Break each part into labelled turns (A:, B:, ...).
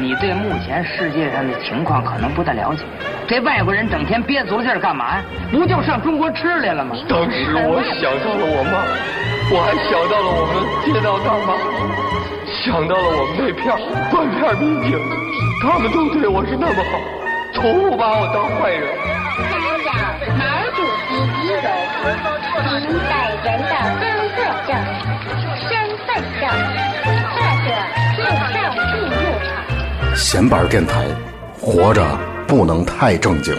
A: 你对目前世界上的情况可能不太了解。这外国人整天憋足了劲儿干嘛呀？不就上中国吃来了吗？
B: 当时我想到了我妈，我还想到了我们街道大妈，想到了我们那片儿断片儿民警，他们都对我是那么好，从不把我当坏人。
C: 家长、毛主席遗容，您本人的身份证、身份证或者护照记录。
D: 闲板电台，活着不能太正经。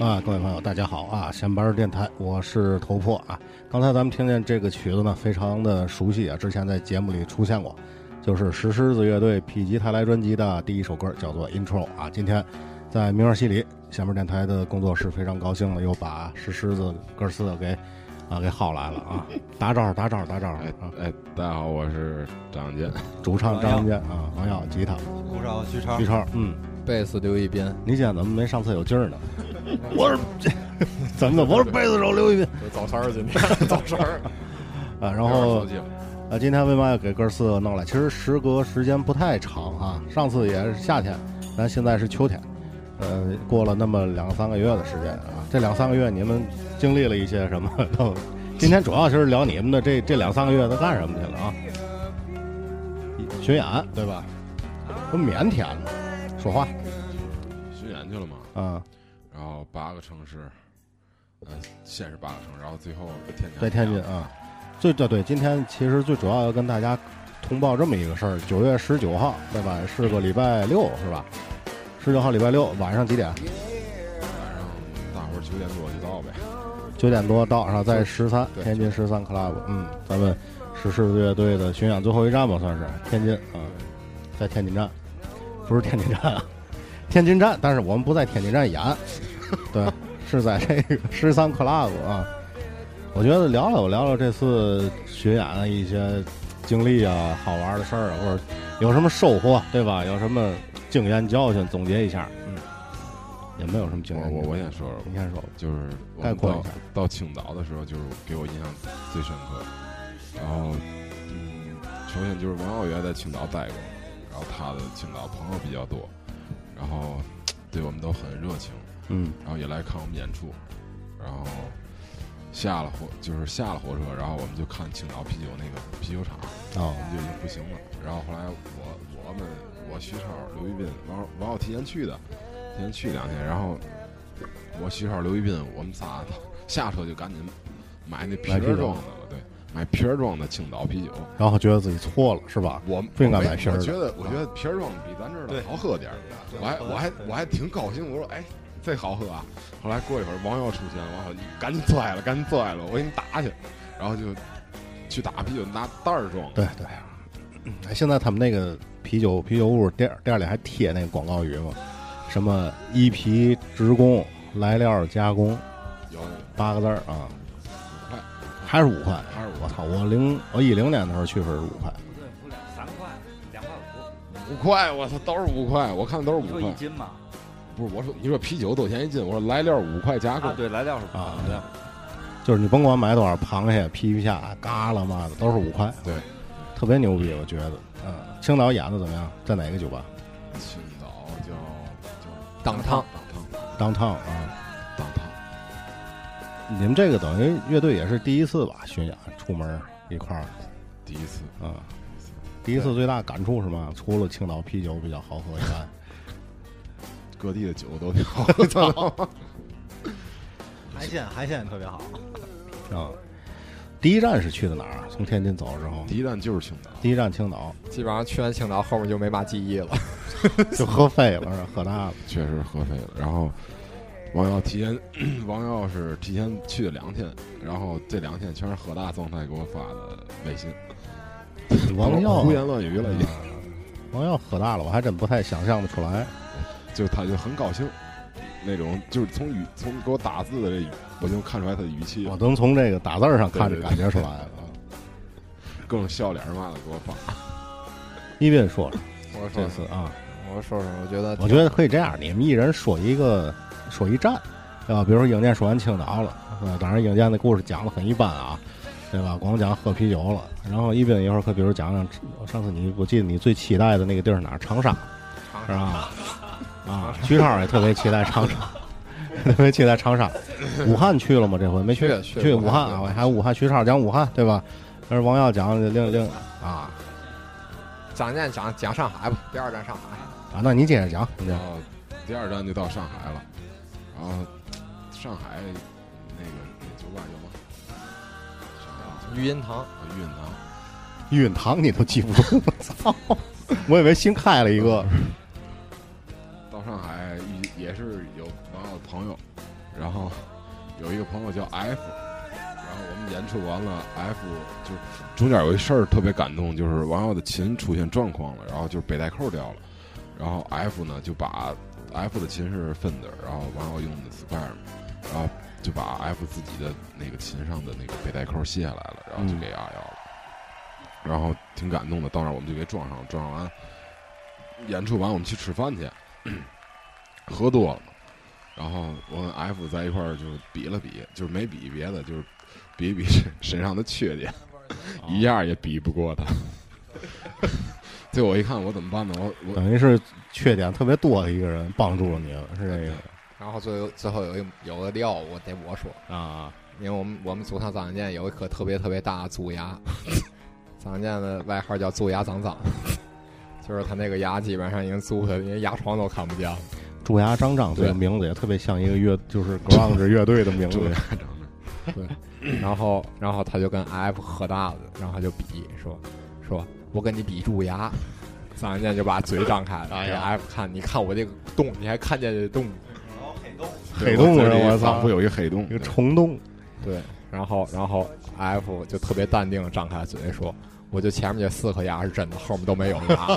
E: 啊，各位朋友，大家好啊！闲班儿电台，我是头破啊。刚才咱们听见这个曲子呢，非常的熟悉啊，之前在节目里出现过，就是石狮子乐队《否极泰来》专辑的第一首歌，叫做《Intro》啊。今天在明儿西里闲班儿电台的工作室，非常高兴了，又把石狮子哥四给啊给薅来了啊！打招呼，打招呼，打招呼
F: 哎
E: 啊！
F: 哎，大家好，我是张健，
E: 主唱张健啊，王耀吉他，
G: 鼓手徐超
E: 徐，超，嗯，
H: 贝斯留一边，
E: 你今天怎么没上次有劲儿呢？我是 怎么的？我是贝斯手刘一斌
H: 早三儿今天早三儿，
E: 啊，然
F: 然
E: 后
F: 后。
E: 啊，今天为嘛要给哥四个弄来？其实时隔时间不太长啊，上次也是夏天，咱现在是秋天，呃，过了那么两三个月的时间啊。这两三个月你们经历了一些什么？都今天主要就是聊你们的这这两三个月都干什么去了啊？巡演对吧？都腼腆了，说话
F: 巡演去了嘛，
E: 啊，
F: 然后八个城市，呃，先是八个城市，然后最后天津，
E: 在天津，啊。最对对，今天其实最主要要跟大家通报这么一个事儿：九月十九号，对吧？是个礼拜六，是吧？十九号礼拜六晚上几点？
F: 晚上大伙儿九点多就到呗。
E: 九点多到，然后在十三
F: 对
E: 天津十三 club，嗯，咱们石狮子乐队的巡演最后一站吧，算是天津啊，在天津站，不是天津站啊，天津站，但是我们不在天津站 演，对，是在这个十三 club 啊。我觉得聊聊聊聊这次巡演的一些经历啊，好玩的事儿啊，或者有什么收获，对吧？有什么经验教训，总结一下，嗯，也没有什么经
F: 我
E: 验。
F: 我我先说说吧，
E: 你先说吧，
F: 就是我
E: 概
F: 们
E: 括
F: 到
E: 一下。
F: 到青岛的时候，就是给我印象最深刻。然后，嗯，首先就是王耀元在青岛待过，然后他的青岛朋友比较多，然后对我们都很热情。
E: 嗯
F: 然后也来看我们演出，然后下了火就是下了火车，然后我们就看青岛啤酒那个啤酒厂，
E: 哦
F: 我。们就已经不行了。然后后来我我们我徐超、刘一斌、王王浩提前去的，提前去两天，然后我徐超、刘一斌，我们仨下车就赶紧买那瓶
E: 买啤酒
F: 儿装的了，对，买瓶儿装的青岛啤酒。
E: 然后觉得自己错了，是吧？
F: 我
E: 不应该买
F: 我没
E: 瓶儿的
F: 我觉得我觉得瓶儿装比咱这儿
G: 对
F: 的好喝点儿。
G: 对
F: 我还
G: 后来
F: 我还我还挺高兴，我说哎，这好喝啊！后来过一会儿，王耀出现，王耀你赶紧拽了，赶紧拽了，我给你打去，然后就去打啤酒，拿袋儿装。
E: 对对。哎，现在他们那个啤酒啤酒屋店店里还贴那个广告语嘛，什么一啤直供，来料加工，
F: 有
E: 八个字儿啊。
F: 快
E: 还是五块，
F: 还是五块
E: 我操！我零我一零年的时候去时候是五块，
G: 三块，两块五，
F: 五块，我操，都是五块，我看都是
G: 你
F: 五
G: 说一
F: 块。
G: 斤嘛？
F: 不是，我说你说啤酒多少钱一斤？我说来料五块加
G: 啊，
I: 嗯
F: 购。
G: 对，来料是不
E: 啊
G: 好的。
E: 就是你甭管买多少螃蟹、皮皮虾、嘎啦嘛的，都是五块，
F: 对，
E: 特别牛逼，我觉得。嗯，青岛演的怎么样？在哪个酒吧
F: 青岛叫叫
H: 当趟，
F: 当
E: ？Downtown 啊，
F: 趟，当趟。
E: 你们这个等于乐队也是第一次吧？巡演出门一块儿，
F: 第一次，
E: 嗯，第一次最大感触是吗？除了青岛啤酒比较好喝以外，
F: 各地的酒都挺好 的。
I: 海鲜海鲜也特别好，
E: 啊、第一站是去的哪儿？从天津走之后，
F: 第一站就是青岛，
E: 第一站青岛
H: 基本上去完青岛后面就没嘛记忆了。
E: 就喝废了，是吧喝大了。
F: 确实喝废了。然后王耀提前， 王耀是提前去了两天，然后这两天全是喝大状态给我发的微信，
E: 王耀
F: 胡言乱语了已经。
E: 王耀喝大了，我还真不太想象得出来。
F: 就他就很高兴，那种就是从语从给我打字的这语，我就看出来他的语气，
E: 我能从这个打字儿上哦看着
F: 对对
E: 感
F: 对
E: 觉出来了。
F: 啊各种笑脸儿嘛的给我发。
E: 一斌说了
H: 我
E: 这
H: 说
E: 次啊，
H: 我说什么？我觉得
E: 我觉得可以这样，你们一人说一个，说一站，啊，比如说影剑说完青岛了，呃，当然影剑的故事讲的很一般啊，对吧？光讲喝啤酒了，然后一斌一会儿可比如讲讲，上次你我记得你最期待的那个地儿是哪儿？长沙，是吧？啊，徐超也特别期待长沙， 特别期待长沙。武汉去了吗？这回没去，
H: 去
E: 去
H: 去
E: 武汉啊，
H: 武汉去
E: 我还有武汉徐超讲武汉，对吧？但是王耀讲另另啊
H: 讲讲讲讲上海吧，第二站上海。
E: 啊，那你接着讲，你这
F: 然后第二站就到上海了，然后上海那个那酒吧叫嘛？上海
H: 育音堂
F: 叫运堂，
E: 运堂你都记不住，我 操！我以为新开了一个，
F: 到上海一也是有朋友朋友，然后 有一个朋友叫 F，然后我们演出完了，F 就中间有一事儿特别感动，就是王耀的琴出现状况了，然后就是北带扣掉了，然后 F 呢就把 F 的琴是 Fender，然后王耀用的 Squire，然后就把 F 自己的那个琴上的那个北带扣卸下来了，然后就给阿耀了，然后挺感动的，到那儿我们就给撞上了，撞上完演出完我们去吃饭去。喝多了，然后我跟 F 在一块儿就是比了比，就是没比别的，就是比一比身身上的缺点， 一样也比不过他。 最后我一看，我怎么办呢？我我
E: 嗯等于是缺点特别多的一个人帮助你了，是这
H: 然后最后最后有一有个料，我得我说，
E: 个啊？
H: 因为我们我们组上张长健有一颗特别特别大的猪牙，张长健的外号叫猪牙长长， 就是他那个牙基本上已经蛀的，连牙床都看不见了。
E: 蛀牙张张这个名字也特别像一个乐，就是 grunge 乐队的名字
F: 这个长着。
H: 然后，然后他就跟 F 喝大了，然后他就比说说，我跟你比蛀牙。张文健就把嘴张开了，
E: 哎
H: 给
E: 呀
H: F 看，你看我这个洞，你还看见这洞？
E: 黑洞
F: 对
E: 是吧
F: 我
E: 我
F: 嘴里仿
E: 操
F: 佛，有一黑洞
E: 一。个虫洞，
H: 对，然后，然后 F 就特别淡定，张开嘴说，我就前面这四颗牙是真的，后面都没有牙。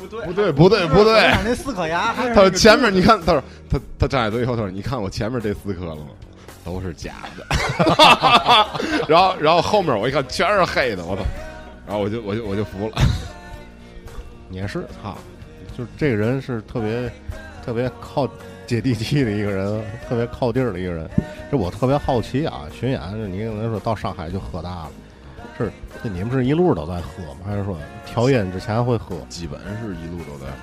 F: 不对，不对，不对。
I: 那四颗牙还
F: 他
I: 是
F: 说前面你看，他说他他站在嘴以后，他说你看我前面这四颗了吗？都是假 的。然后然后后面我一看全是黑的，我操！然后我就我就我就服了。
E: 也是操，就是这个人是特别特别靠接地气的一个人，特别靠地儿的一个人。这我特别好奇啊，巡演是你可能说到上海就喝大了，是这你们是一路都在喝吗？还是说调音之前会喝？
F: 基本是一路都在喝。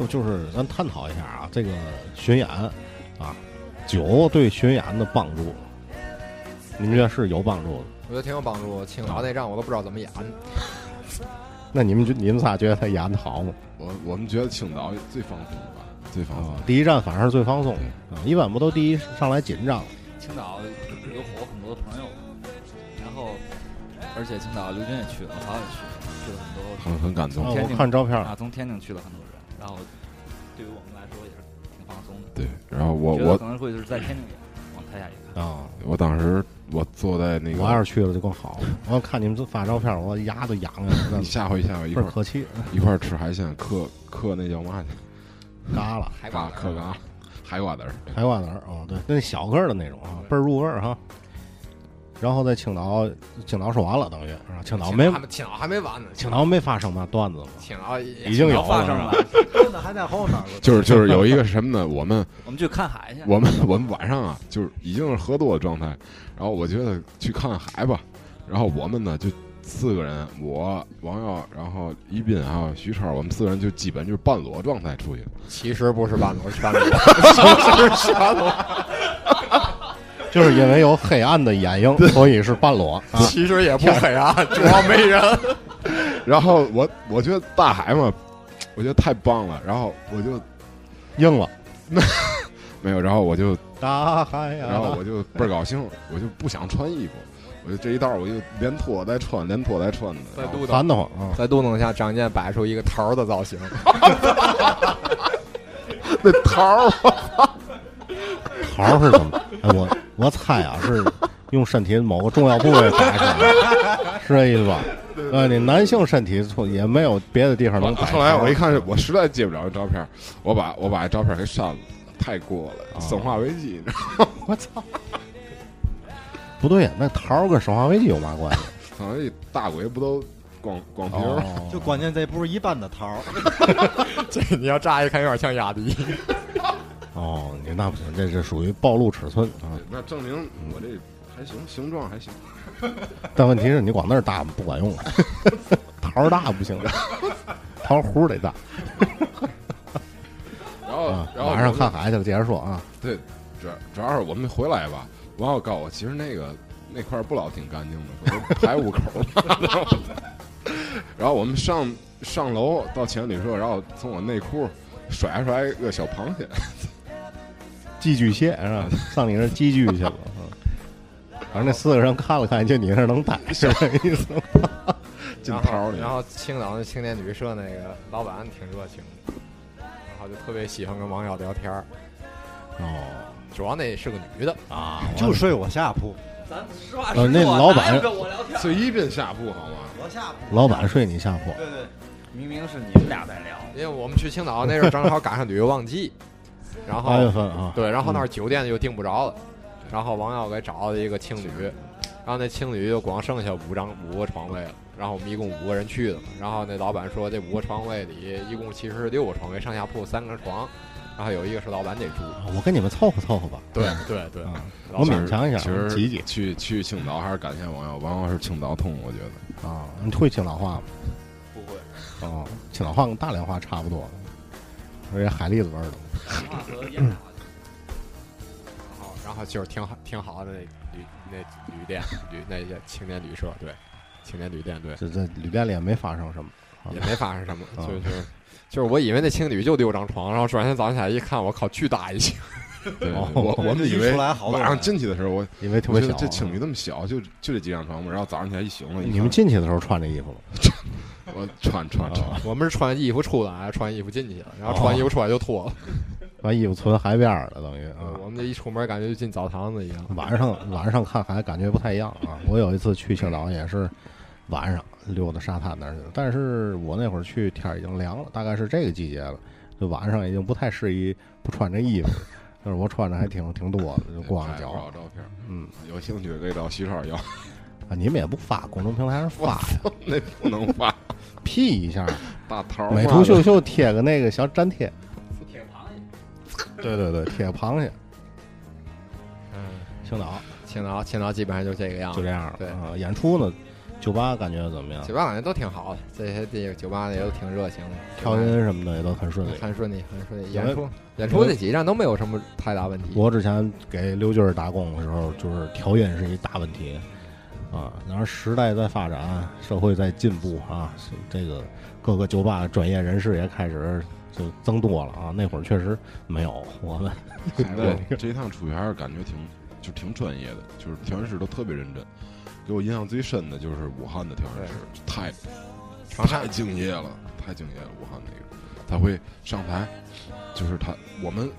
E: 那就是咱探讨一下啊，这个巡演啊，酒对巡演的帮助，你们觉得是有帮助的？
H: 我觉得挺有帮助。青岛那仗我都不知道怎么演，
E: 那你们觉你们仨觉得他演的好吗？
F: 我我们觉得青岛最放松吧，最放松。
E: 啊第一站反而是最放松的啊，一般不都第一上来紧张？
G: 青岛有我很多朋友，然后而且青岛刘军也去了，华也去了，去了很多
F: 很很感
E: 啊
F: 动，
G: 天
E: 我
G: 津
E: 看照片儿
G: 啊，从天津去了很多人，然后对于我们来说也是挺放松的。
F: 对。然后我
G: 觉得
F: 我
G: 可能会就是在天津演，往台下一看，
E: 啊，
F: 我当时我坐在那
E: 我要
F: 个，
E: 是去了就更好了。我要看你们这发照片儿，我牙都痒痒
F: 你
E: 的，
F: 下回下回一
E: 倍
F: 块
E: 儿
F: 儿
E: 可气，
F: 一块儿吃海鲜，嗑嗑那叫嘛去？
E: 嘎了。
H: 还
F: 嘎
H: 挂
F: 啊嗑嘎，海瓜子儿。
E: 台瓜子儿啊，对，那小个儿的那种啊，倍儿入味儿哈。然后在青岛，青岛说完了，等于然后青岛没
H: 还没，青岛还没完呢，
E: 青岛没发生嘛段子嘛，
H: 青岛
E: 已
H: 已
E: 经有
G: 发生
E: 了
G: 了，
E: 是吧，
I: 真的还在后面儿。我
F: 就是就是有一个什么呢？我们
G: 我们去看海去。
F: 我们我们晚上啊，就是已经是喝多的状态，然后我觉得去看海吧，然后我们呢就四个人，我王耀，然后一斌还有徐超，我们四个人就基本就是半裸状态出去，
H: 其实不是半裸，是半 裸。
E: 就是因为有黑暗的掩映，所以是半裸啊。
H: 其实也不黑 啊，主要没人。
F: 然后我我觉得大海嘛，我觉得太棒了，然后我就
E: 硬了。
F: 没有，然后我就
E: 大海呀、
F: 然后我就倍儿高兴，我就不想穿衣服，我就这一道儿我就连脱带穿，连脱带穿的，
H: 在
F: 然后
H: 路
E: 烦得慌啊！
H: 在路灯下，张健摆出一个桃儿的造型，
F: 那桃儿
E: 桃儿是怎么？哎，我我猜啊，是用身体某个重要部位摆出来的，是这意思吧？呃，你男性身体从也没有别的地方能摆。
F: 后来我一，看，我实在接不了这照片儿，我把我把这照片儿给删了，太
E: 哦
F: 过了，生化危机，你知道
E: 我操！不对呀，啊那桃儿跟生化危机有嘛关系？
F: 吗？好像这大鬼不都光光皮儿吗？
E: 哦，
I: 就关键这不是一般的桃儿，
H: 这你要乍一看有点像雅 迪。
E: 哦，你那不行，这是属于暴露尺寸啊。
F: 那证明我这还行，形状还行。
E: 但问题是你光那儿大不管用， 桃儿大不行，桃儿核儿得大
F: 然后
E: 啊。
F: 然后
E: 晚上看
F: 海，
E: 海去了，接着说啊，
F: 对，主主要是我们回来吧，王耀告诉我，其实那个那块儿不老挺干净的，我说排污口儿。 然后我们上上楼到前旅社，然后从我内裤甩出来一个小螃蟹。
E: 寄居蟹是 吧？上你那儿寄居去了。啊反正那四个人看了看，就你那儿能逮，是这意思吗？
F: 进
H: 然
F: 桃
H: 后，
F: 里，
H: 然后青岛那青年旅社那个老板挺热情的，然后就特别喜欢跟网友聊天儿
E: 哦，
H: 主要那是个女的，
I: 就睡我下铺，
G: 咱实话
E: 呃那老板
G: 哪有跟我聊天，
F: 随意便下铺好吗？
I: 我下铺。
E: 老板睡你下铺，
G: 对对，明明是你们俩在聊。
H: 因为我们去青岛那时候正好赶上旅游旺季，然
E: 八月
H: 后
E: 份啊，
H: 对，然后那儿酒店就订不着了，然后网友给找了一个青旅，然后那青旅就光剩下五张五个床位了。然后我们一共五个人去的嘛，然后那老板说这五个床位里一共其实是六个床位，上下铺三个床，然后有一个是老板得住。
E: 啊我跟你们凑合凑合吧。
H: 对 对对，
E: 啊，
H: 老
E: 我
H: 板
E: 勉强一下，
F: 其实
E: 挤一挤
F: 去去青岛还是感谢网友，网友是青岛通，我觉得。
E: 啊。你会青岛话吗？
G: 不会，
E: 哦，青岛话跟大连话差不多，而且海蛎子味儿的。
G: 话和烟塔
H: 然后哦然后就是挺好挺好的那旅那旅店旅那些青年旅社，对，青年旅店对，
E: 这这旅店里也没发生什么。啊
H: 也没发生什么，
E: 啊
H: 就是就是我以为那青旅就六张床，然后转天早上起来一看，我靠，巨大一青，
F: 对，
E: 哦
F: 我我们以
I: 一
F: 为
I: 出来好多
F: 晚
I: 人
F: 上进去的时候，我
E: 因为特
F: 我
E: 别
F: 觉得
E: 小。啊
F: 这青旅那么小，就就这几张床嘛。然后早上起来一醒了，一
E: 你们
F: 看
E: 进去的时候穿这衣服了？
F: 我穿穿
E: 啊
F: 穿，
H: 我们是穿衣服出来，穿衣服进去了，然后穿衣服出来就脱了，
E: 把衣服存海边儿了，等于啊。
H: 我们这一出门感觉就进澡堂子一样。
E: 晚上晚上看海感觉不太一样啊。我有一次去青岛也是晚上溜达沙滩那儿去了，但是我那会儿去天儿已经凉了，大概是这个季节了，就晚上已经不太适宜不穿这衣服 了。但是我穿着还挺挺多的，就光着
F: 拍不
E: 脚
F: 少。照片。
E: 嗯
F: 有兴趣可以找徐少要，
E: 啊，你们也不发公众平台上发呀
F: 那不能发
E: ，P 一下，
F: 大桃儿嘛。
E: 美图秀秀贴个那个小粘贴，对对对，贴螃蟹。
H: 嗯，
E: 青岛
H: 青岛青岛基本上就这个样
E: 就
H: 子
E: 这，样了。
H: 对
E: 啊，演出呢，酒吧感觉怎么样
H: 酒？吧感觉都挺好的，这些地酒吧也都挺热情的，
E: 调音什么的也都很顺利。
H: 很顺利很顺利，
E: 有
H: 演
E: 没
H: 出演出这几站都没有什么太大问题。
E: 我之前给刘军儿打工的时候，就是调音是一大问题啊。然后时代在发展，社会在进步啊，是这个各个酒吧专业人士也开始就增多了啊。那会儿确实没有我们，
F: 对，这一趟出去还是感觉挺就挺专业的，就是调音师都特别认真。给我印象最深的就是武汉的调音师，太太敬业了，太敬业了。武汉那个他会上台，就是他我们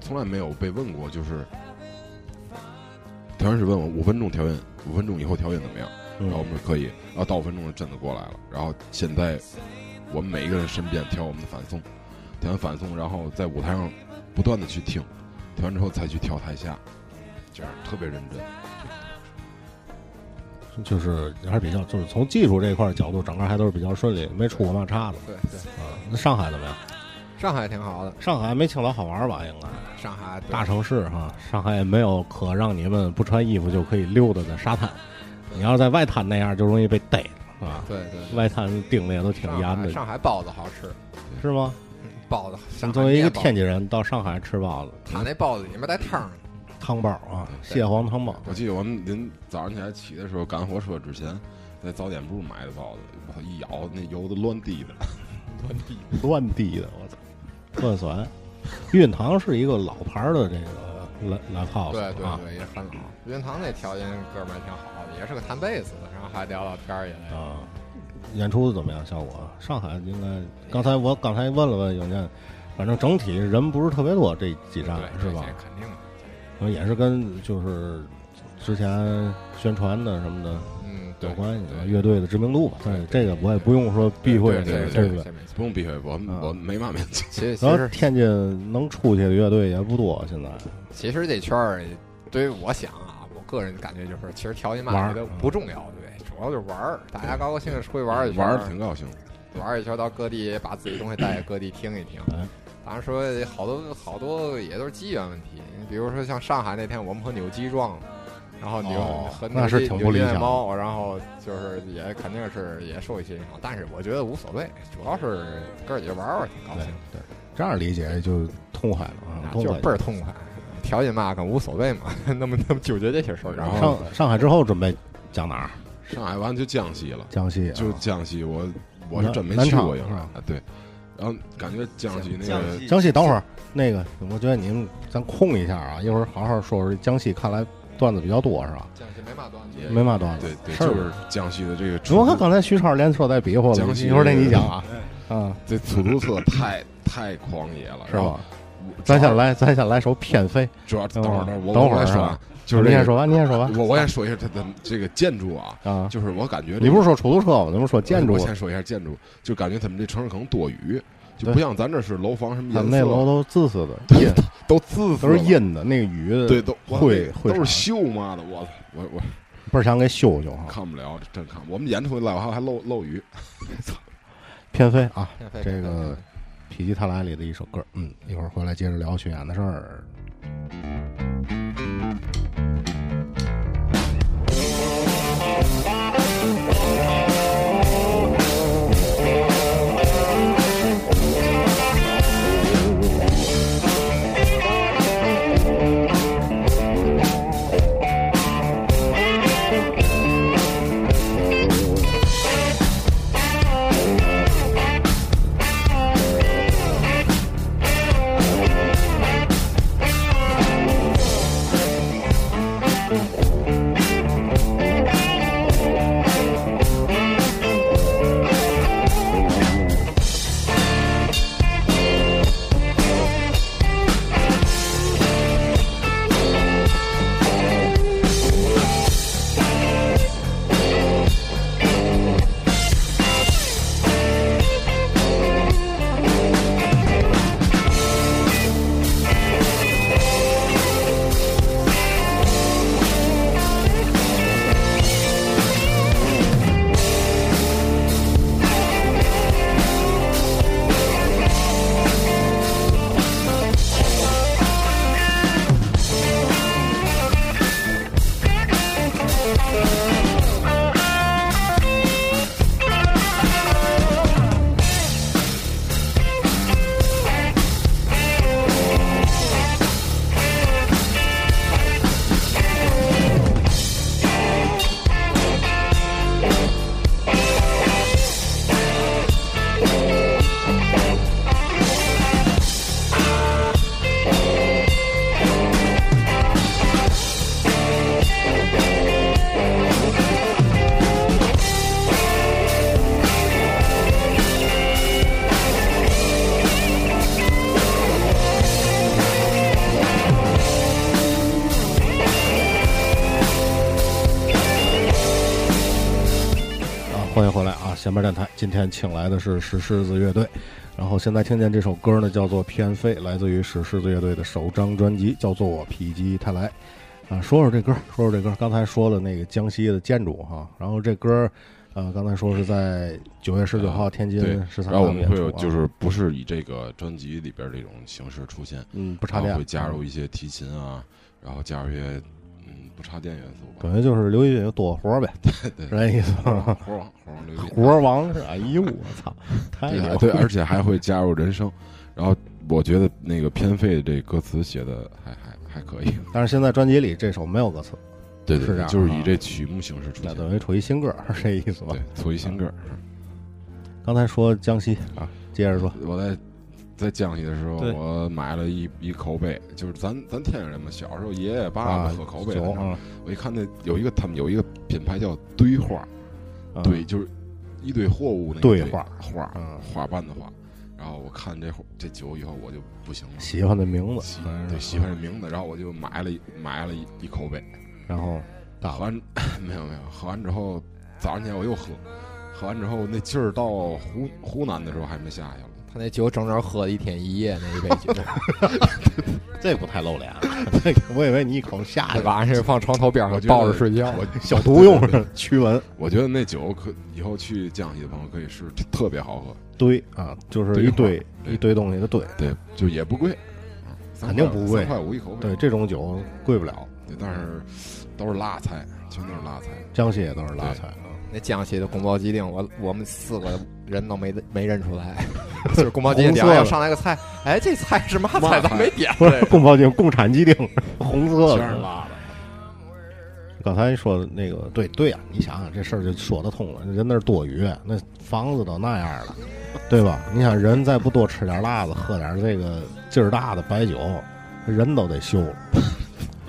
F: 从来没有被问过，就是调音师问我五分钟调音，五分钟以后调音怎么样？然后我
E: 嗯
F: 们哦说可以，然后到五分钟真的过来了，然后现在我们每一个人身边调我们的反送，调完反送，然后在舞台上不断的去啊听，调完之后再去跳台下，这样特别认真。
E: 就是还是比较，就是从技术这一块角度展开还都是比较顺利，没出过嘛岔子
H: 对对，
E: 啊。那上海怎么样？
H: 上海挺好的，
E: 上海没青岛好玩吧？应该
H: 上海对
E: 大城市哈，上海也没有可让你们不穿衣服就可以溜达的沙滩。你要是在外滩那样，就容易被逮了啊。
H: 对对对
E: 外滩盯的也都挺
H: 上
E: 严
H: 海
E: 的，
H: 上海包子好吃，
E: 是吗？
H: 包子。上
E: 你
H: 海
E: 作为一个
H: 面包
E: 天津人，到上海吃包子，
H: 他那包子里面带汤儿，
E: 汤包啊，
H: 对
E: 蟹黄汤包，
F: 我记得我们临早上起来起的时候，赶火车之前，在早点部买的包子，我一咬那油都乱滴的。
E: 乱滴的，我操，乱酸。运堂是一个老牌儿的这个来来泡子
H: 对对
E: 啊，
H: 对，也很老。云堂那条件哥们儿挺好的，也是个弹贝斯的，然后还聊聊天儿也那
E: 啊，演出怎么样？效果？上海应该，刚才我刚才问了问永健，反正整体人不是特别多，这几站
H: 对
E: 是吧？
H: 这肯定的，
E: 然后呃也是跟就是之前宣传的什么的
H: 嗯，对
E: 有关系，
F: 对
E: 乐队的知名度吧。但是这个我也不用说避讳
H: 对
E: 这个
H: 对
E: 这
H: 对，
E: 个
H: 这。没错
F: 不用避讳，我
E: 嗯
F: 我没嘛面子。
H: 其实其
E: 然后
H: 实
E: 天津能出去的乐队也不多，现在
H: 其实这圈儿，对于我想啊，我个人感觉就是，其实条件
E: 玩
H: 嘛
E: 儿嗯
H: 也都不重要，对，主要就是玩儿，大家高高兴兴出去玩儿一圈
F: 玩
H: 儿，
F: 儿挺高兴的，
H: 玩儿一圈儿到各地把自己东西带给各地听一听
E: 哎。
H: 当然说好多好多也都是机缘问题，比如说像上海那天我们和扭机撞了。然后牛、
E: 哦
H: 和扭
E: 那是
H: 机
E: 挺
H: 扭
E: 不理
H: 机
E: 想的
H: 猫，然后就是也肯定是也受一些影响，但是我觉得无所谓，主要是哥儿几个玩玩挺高
E: 对
H: 兴，
E: 对，这样理解就痛快了啊，
H: 啊
E: 痛
H: 就
E: 快
H: 是倍儿痛快。条件嘛，跟无所谓嘛， 那么那么纠结这些事儿，然后
E: 上上海之后准备讲哪儿？
F: 上海完就江西了，
E: 江西啊
F: 就江西，我我
E: 南
F: 是真没
E: 南
F: 去
E: 昌
F: 过应
E: 是
F: 该
E: 吧
F: 啊，对。然后感觉江西那
I: 江
F: 个
I: 西
E: 江西，等会儿那个，我觉得你们咱空一下啊，一会儿好好说说江西。看来段子比较多是吧？
H: 江西没嘛段子，
E: 没嘛段子，
F: 对对，
E: 事儿
F: 就是江西的这个
E: 我看刚才徐超连说带比划了，
F: 江西
E: 一会儿得你讲啊，啊，
F: 这出租车太太狂野了，
E: 是
F: 然后
E: 吧？咱先来，咱先来首偏飞，
F: 主要等会儿，我
E: 等会儿
F: 我来说
E: 是吧
F: 啊， 就是
E: 你
F: 这个
E: 先说吧，你先说吧，
F: 我我也说一下它的这个建筑啊，
E: 啊，
F: 就是我感觉这个
E: 你不是说出租车吗？怎么说建筑
F: 我？先说一下建筑，就感觉他们这城市可能多雨，就
E: 对
F: 不像咱这是楼房什么
E: 他
F: 颜
E: 们
F: 色，啊
E: 那楼都自私的，
F: 都
E: 阴
F: 都自
E: 都是，阴的，那个雨
F: 对，都我操
E: 会
F: 那
E: 会
F: 都是
E: 啥
F: 锈嘛的，我操我我
E: 倍儿想给修修哈。
F: 看不了，真看不了。我们演出来我还还漏漏雨，
E: 偏飞啊，
H: 偏飞
E: 这个《否极泰来》里的一首歌，嗯，一会儿回来接着聊巡演的事儿。啊，欢迎回来啊！闲边电台，今天请来的是石狮子乐队，然后现在听见这首歌呢，叫做《偏飞》，来自于石狮子乐队的首张专辑，叫做《否极泰来》。啊，说说这歌，说说这歌。刚才说了那个江西的建筑哈、然后这歌，呃，刚才说是在九月十九号天津
F: 对
E: 十，三
F: 然后
E: 号
F: 我们
E: 演
F: 会
E: 出、
F: 有
E: 啊，
F: 就是不是以这个专辑里边这种形式出现，
E: 嗯，不插
F: 然后
E: 电
F: 会，加入一些提琴啊，然后加入一些嗯不插电元素吧。
E: 等于就是刘一云多活呗，
F: 对
E: 是这意思吗？
F: 活王活王刘斌
E: 活王是，哎呦我 操，太
F: 对
E: 牛
F: 啊
E: 了！
F: 对，而且还会加入人声。然后我觉得那个偏废这歌词写的还还还可以，
E: 但是现在专辑里这首没有歌词，
F: 对
E: 是
F: 对
E: 这
F: 对，
E: 样
F: 就是
E: 啊
F: 以这曲目形式出
E: 那
F: 现，
E: 等于处于新歌， 是这意思吧
F: 对？，作为新歌。
E: 刚才说江西啊，接着说，
F: 我在在江西的时候，
I: 对
F: 我买了一一口杯，就是咱咱天津人嘛，小时候爷爷爸爸
E: 啊，
F: 喝口杯，
E: 酒
F: 反正
E: 啊，
F: 我一看那有一个他们有一个品牌叫堆花，
E: 啊
F: 堆就是一堆货物那个
E: 堆
F: 堆
E: 花
F: 花
E: 嗯
F: 花瓣的花。然后我看这会这酒以后我就不行了，
E: 喜欢的名字
F: 喜，
E: 嗯
F: 对喜欢这名字，然后我就买了一买了一一口杯，
E: 然后
F: 喝完 没有没有，喝完之后早上起来我又喝，喝完之后那劲儿到湖湖南的时候还没下去了。
H: 他那酒整整喝了一天一夜，那一杯酒，
E: 这不太露脸， 我以为你一口下去吧，
H: 晚上是放床头边
E: 啊
F: 我
H: 上
F: 觉得
H: 抱着睡觉。
F: 我
E: 消毒用 是驱蚊，
F: 我觉得那酒可以后去江西的朋友可以试，特别好喝。
E: 堆啊，就是一
F: 堆
E: 堆
F: 对
E: 一堆东西的堆。
F: 对，就也不贵，嗯三
E: 肯定
F: 块
E: 不贵
F: 三块五一口
E: 对，
F: 杯。
E: 这种酒贵不了，
F: 对，但是都是辣菜，全都是辣菜。
E: 江西也都是拉菜啊。
H: 那江西的宫保鸡丁，我我们四个人都没没认出来，就是宫保鸡丁点完要上来个菜，哎，这菜是嘛菜？咱没点
E: 不是宫保鸡丁，共产鸡丁， 红色
F: 全是
E: 的。
F: 辣的，
E: 刚才说的那个，对对啊，你想想这事儿就说得通了。人那儿多余，那房子都那样了，对吧？你想人再不多吃点辣子，喝点这个劲儿大的白酒，人都得休了，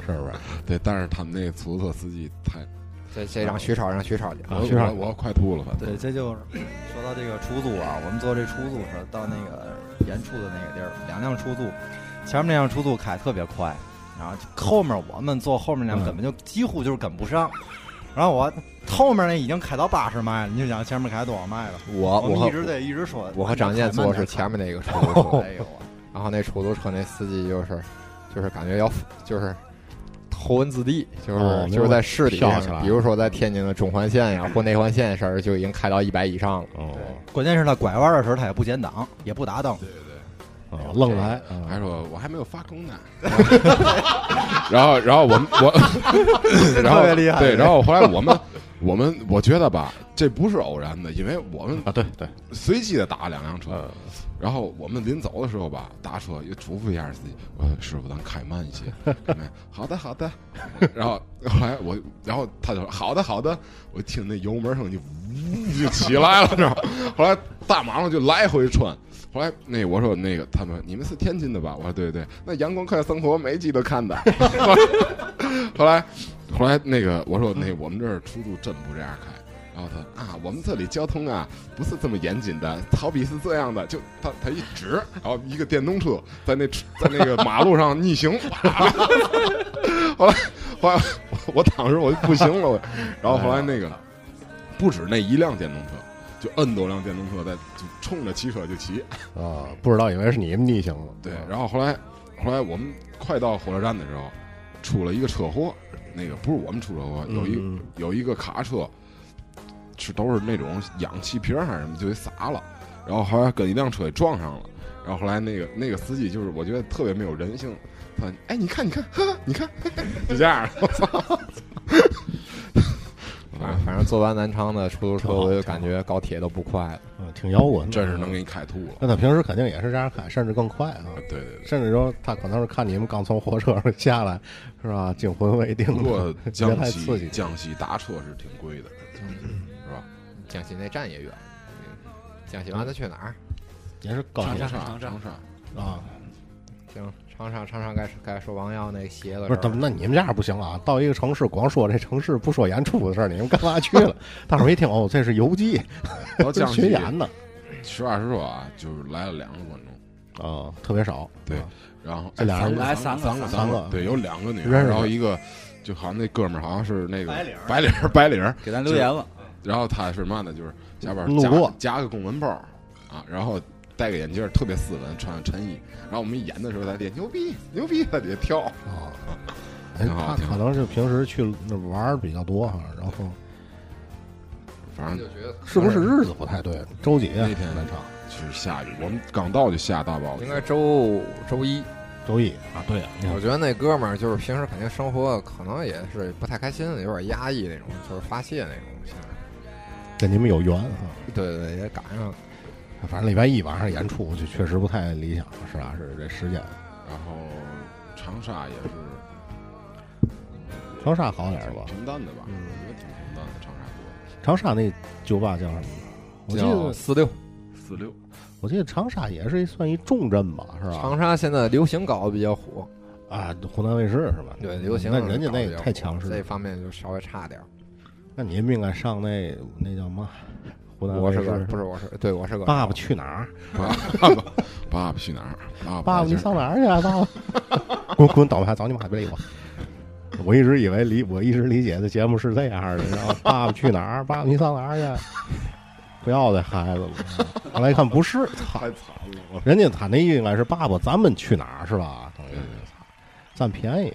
E: 是不是？
F: 对，但是他们那出租车司机太，
H: 这这让徐超让徐超讲
E: 啊
F: 我
E: 徐少
F: 我我要快吐了，反正
I: 对，这就是说到这个出租啊，我们坐这出租时候到那个演出的那个地儿，两辆出租，前面那辆出租开特别快，然后后面我们坐后面那辆
E: 嗯
I: 根本就几乎就是跟不上，然后我后面那已经开到八十迈了，你就想前面开多少迈了？
H: 我
I: 我
H: 和
I: 们一直得一直说，
H: 我和张健坐的是前面那个出租
I: 慢点开。慢点
H: 车
I: 开，哎呦，
H: 然后那出租车那司机就是就是感觉要就是头文字 D，就是、
E: 哦
H: 就是在市里
E: 跳起来
H: 比如说在天津的中环线呀、或内环线上就已经开到一百以上了。
E: 哦，
I: 关键是他拐弯的时候他也不减档，也不打灯，
E: 哦愣来
F: 还
E: 啊！
F: 说我还没有发功呢。 然后，然后我们我， 然后
I: 特别厉害
F: 对，然后后来我们我们我觉得吧，这不是偶然的，因为我们
E: 啊，对对，
F: 随机的打了两辆车，然后我们临走的时候吧，打车又嘱咐一下司机，我说师傅咱开慢一些，开慢好的好的，然后后来我，然后他就说好的好的，我听那油门声就呜就起来了，知道吗？后来大马路就来回窜。后来那我说那个他们你们是天津的吧？我说对对，那《阳光快乐生活》每集都看的。 后来后来那个我说那我们这儿出租真不这样开。然后他啊，我们这里交通啊不是这么严谨的，好比是这样的，就他他一指，然后一个电动车在那在那个马路上逆行，哇 后来后来我我当时我就不行了，我然后后来那个不止那一辆电动车，就 N 多辆电动车在就冲着汽车就骑，
E: 啊，不知道以为是你们逆行了。
F: 对
E: 啊，
F: 然后后来后来我们快到火车站的时候，出了一个车祸，那个不是我们出车祸，有一、
E: 嗯嗯
F: 有一个卡车是都是那种氧气瓶儿还是什么就给撒了，然后后来跟一辆车给撞上了。然后后来那个那个司机就是我觉得特别没有人性，他哎你看你看呵呵你看，就 这样，我操！
H: 反正反正坐完南昌的出租车，
E: 挺好
H: 我就
E: 挺好
H: 感觉高铁都不快了。
E: 嗯，挺摇滚的，
F: 真是能 给你开吐了。
E: 那他平时肯定也是这样开，甚至更快啊。
F: 对对对，
E: 甚至说他可能是看你们刚从火车上下来，是吧？惊魂未定
F: 不过
E: 的，别
F: 江
E: 太刺激
F: 西。江西搭车是挺贵的，是吧？
H: 江西那站也远，嗯江西完了去哪儿？
E: 也是高
G: 长
E: 铁
G: 沙
F: 长
G: 长沙
F: 长沙。
E: 啊，
H: 行，长沙长沙该该说王耀那鞋了。
E: 不是怎么？那你们这样不行啊！到一个城市光说这城市不说演出的事儿，你们干嘛去了？大伙儿一听哦，这是游记，
F: 到
E: 哦这
F: 江
E: 是
F: 西
E: 巡演的
F: 实话实说啊，就是来了两个观众，
E: 啊，特别少。
F: 对
E: 啊
F: 然后
E: 这俩人
F: 哎
G: 来
F: 三
G: 三
F: 个
G: 个
E: 三个啊
F: 个，对，有两个女孩，
E: 认识
F: 然后一个就好像那哥们儿好像是那个
I: 白领儿
F: 白领儿白领儿，
G: 给咱留言了，
F: 然后他是嘛呢，就是下边
E: 路
F: 夹
E: 过
F: 夹个公文包啊，然后戴个眼镜儿，特别斯文，穿个衬衣，然后我们演的时候他得牛逼牛逼，他得跳，
E: 啊，哎，
F: 挺好
E: 他
F: 挺
E: 可
F: 好
E: 能是平时去那玩儿比较多哈，然后
F: 反正
H: 就觉得
E: 是不是日子不太对？周几啊
F: 那天
E: 那场？
F: 其实下雨，我们刚到就下大暴雨
H: 应。该周五周一。
E: 周一啊，对啊，你看
H: 我觉得那哥们儿就是平时肯定生活可能也是不太开心，有点压抑那种，就是发泄那种。现在
E: 跟你们有缘啊。
H: 对对对，也赶上了。
E: 反正礼拜一晚上演出就确实不太理想，是吧？是这时间。
F: 然后长沙也是
E: 长沙好点儿
F: 挺
E: 吧？嗯
F: 平淡的吧，我觉得挺平淡的。长沙多
E: 长沙那酒吧叫什么？我记
H: 叫
E: 得
H: 四六，
F: 四六，
E: 我记得长沙也是一算一重镇吧，是吧？
H: 长沙现在流行搞得比较火，
E: 啊，湖南卫视是吧？
H: 对，流行
E: 那人家那
H: 搞得比较火
E: 太强势
H: 这
E: 了，
H: 方面就稍微差点儿。
E: 那你们应该上那那叫嘛？湖南
H: 我
E: 卫
H: 是
E: 视
H: 个不是我是对我是个
E: 爸爸去哪儿？
F: 爸爸爸爸爸去哪儿？
E: 爸
F: 爸爸
E: 爸，
F: 在
E: 你
F: 这儿
E: 上哪儿去啊？爸爸，滚滚倒吧，早你妈别理我。我一直以为理，我一直理解的节目是这样的，你知道吗？爸爸去哪儿？爸爸你上哪儿去？啊不要这孩子了。后来一看不是，操！
F: 太惨了，我
E: 人家他那应该是爸爸，咱们去哪儿是吧？等于是操占便宜。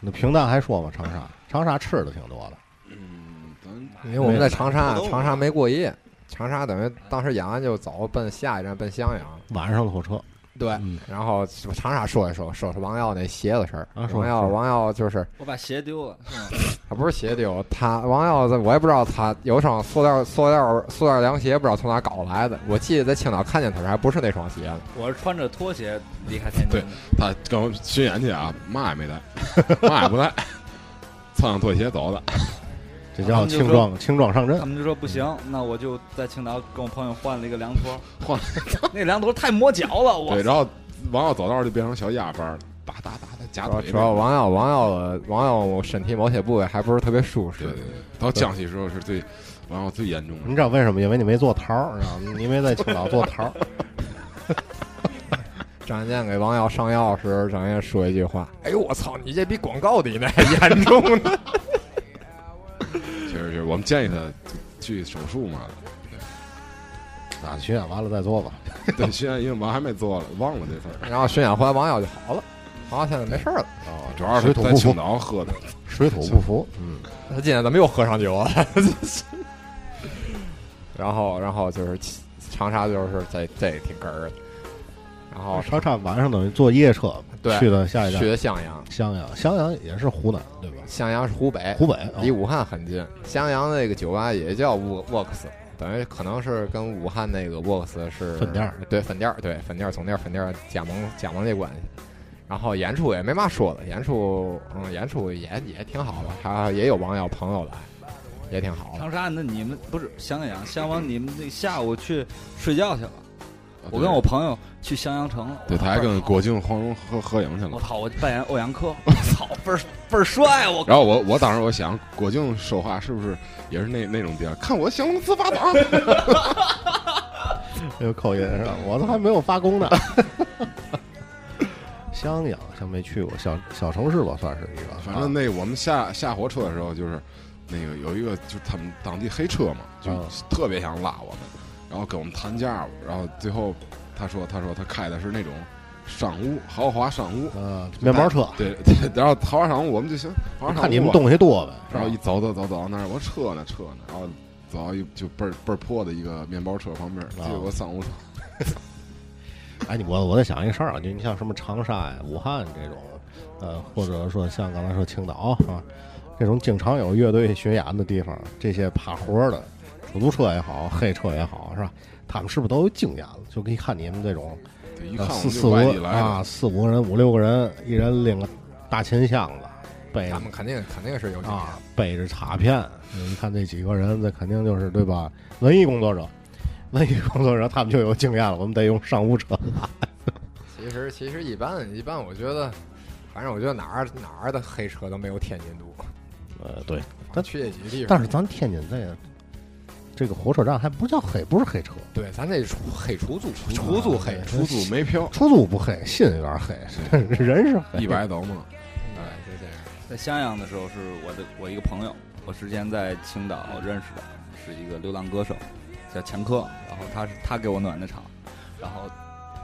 E: 那平淡还说吧，长沙，长沙吃的挺多的。
F: 嗯，咱
H: 因为我们在长沙，长沙没过夜，长沙等于当时演完就走，奔下一站奔襄阳。
E: 晚上的火车，
H: 对，
E: 嗯
H: 然后长沙说一说，说说王耀那鞋子事儿。
E: 啊说
H: 王耀，
E: 说
H: 王耀就是
G: 我把鞋丢了， 是吗？
H: 他不是鞋丢，他王耀在我也不知道他有双塑料塑料塑料凉鞋，不知道从哪搞来的。我记得在青岛看见他时候还不是那双鞋呢，
G: 我是穿着拖鞋离开天津的。
F: 他跟我巡演去啊，嘛也没带，嘛也不带，穿上拖鞋走的。
E: 这
G: 他
E: 叫
G: 们就
E: 轻
G: 说
E: 装轻装
F: 嗯
E: 上阵
G: 他。们就说不行，那我就在青岛跟我朋友换了一个凉拖，
F: 换
G: 那凉拖太磨脚了，我
F: 对，然后王耀走道就变成小哑巴了，哒哒哒哒夹
H: 主要
F: 腿
H: 主要
F: 那种。
H: 王耀王耀的王耀身体某些部位还不是特别舒适
F: 对。对对，到江西时候是最王耀最严重
E: 你
F: 的。
E: 知道为什么？因为你没做桃儿，知道吗？你没在青岛做桃儿。
H: 张文健给王耀上药时，张文健说一句话：“哎呦我操，你这比广告里那还严重 呢。
F: 确实是我们建议他去手术嘛，
E: 啊，巡演完了再做吧。
F: 对，现在因为我还没做了，忘了这事”儿。
H: 然后巡演回来，王耀就好了，王耀现在没事儿了。
E: 啊
F: 主要是
E: 水土
F: 在
E: 不
F: 青
E: 服，
F: 岛喝的，
E: 水土不服。
H: 他今天怎么又喝上酒了？ 然后，然后就是长沙，就是这这也挺哏儿的。然后
E: 长沙嗯晚上等于坐夜车
H: 哦对
E: 去的下一站
H: 去的襄阳，
E: 襄阳，襄阳也是湖南对吧？
H: 襄阳是湖北，
E: 湖北啊
H: 离武汉很近。襄阳那个酒吧也叫 Wo- Works，等于可能是跟武汉那个 Works 是
E: 分店儿，
H: 对分店儿，对分店儿总店儿分店儿加盟加盟这关系。然后演出也没嘛说的，演出嗯演出也也挺好的，还也有网友朋友来，也挺好的。
G: 长沙，那你们不是襄阳？襄阳，你们那下午去睡觉去了。我
F: 啊对
G: 跟我朋友去襄阳城了。
F: 对，他还跟郭靖、黄蓉合合影去了。
G: 我操！我扮演欧阳科， 我操，倍儿倍儿帅！我
F: 然后我我当时我想，郭靖说话是不是也是那那种调？看我降龙十八掌，
E: 有口音是吧？ 我都还没有发功呢。 襄阳像没去过，小小城市吧，算是一个。啊
F: 反正那我们下下火车的时候，就是那个有一个就是他们当地黑车嘛，就
E: 嗯
F: 特别想拉我们，然后跟我们谈价，然后最后他说他说他开的是那种商务豪华商务
E: 呃面包车，
F: 对对，然后豪华商务我们就行，豪华商务
E: 看你们啊
F: 吧
E: 东西多呗。
F: 然后一走走走走那儿，我说车呢车呢，然后走到一就倍儿倍儿破的一个面包车旁边，
E: 啊
F: 结果商务车
E: 哎，你我我在想一个事儿啊，就你像什么长沙呀、武汉这种，呃，或者说像刚才说青岛啊，这种经常有乐队巡演的地方，这些趴活儿的出租车也好，黑车也好，是吧？他们是不是都有经验了？就可以看你们这种
F: 对一
E: 呃
F: 看我
E: 四
F: 们
E: 四
F: 就
E: 五
F: 外地来的，
E: 啊，四五个人、五六个人，一人拎个大琴箱子，背
H: 咱们肯定肯定是有这样
E: 啊，背着卡片，你看这几个人，这肯定就是对吧？文艺工作者，文艺工作者他们就有经验了，我们得用商务车。
H: 其实其实一般一般，我觉得，反正我觉得哪儿哪儿的黑车都没有天津多。
E: 呃，对，
H: 咱去这几个地方，
E: 但是咱天津这个这个火车站还不叫黑，不是黑车，
H: 对咱这出黑出租出租黑
E: 对
H: 出
F: 出租没 票，
E: 出租不黑，心有点黑，人是 黑。
F: 一百刀嘛，
H: 哎就这样。
G: 在襄阳的时候，是我的我一个朋友，我之前在青岛认识的，是一个流浪歌手，叫钱科。然后他是他给我暖的场，然后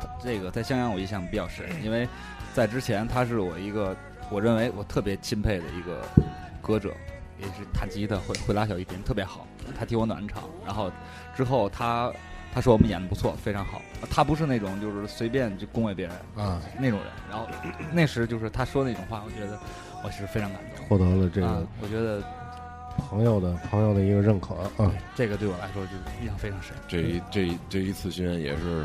G: 他这个在襄阳我印象比较深，因为在之前他是我一个我认为我特别钦佩的一个歌者，也是弹吉他会会拉小提琴特别好，他替我暖场，然后之后他他说我们演的不错，非常好，他不是那种就是随便就恭维别人
E: 啊，
G: 那种人，然后那时就是他说那种话，我觉得我是非常感动。
E: 获得了这个
G: 啊，我觉得
E: 朋友的朋友的一个认可
H: 嗯
E: 啊。
G: 这个对我来说就是印象非常深。
F: 这一这一这一次巡演也是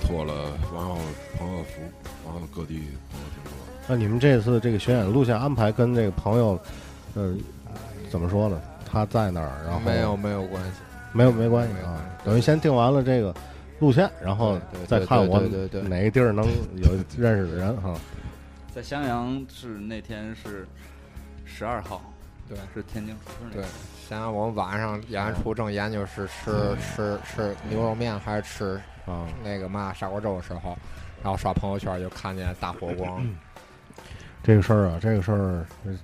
F: 托了网友朋友福，网友各地朋友挺多。
E: 那你们这次这个巡演路线安排跟这个朋友，呃，怎么说呢？他在那儿，然后
H: 没有没有关系，
E: 没有没关系
H: 没有
E: 啊
H: 关系，
E: 等于先定完了这个路线，然后
H: 对对
E: 再
H: 对
E: 看
H: 对
E: 我
H: 对对对
E: 哪个地儿能有认识的人哈。
G: 在襄阳是那天是十二号，
H: 对
G: 是天津出春那
H: 对
G: 天。，
H: 现在我们晚上演完出正研究是
E: 嗯
H: 吃吃吃牛肉面还是吃
E: 啊，
H: 那个嘛砂锅粥的时候，然后刷朋友圈就看见大火光，
E: 嗯 这个事儿啊，这个事儿呃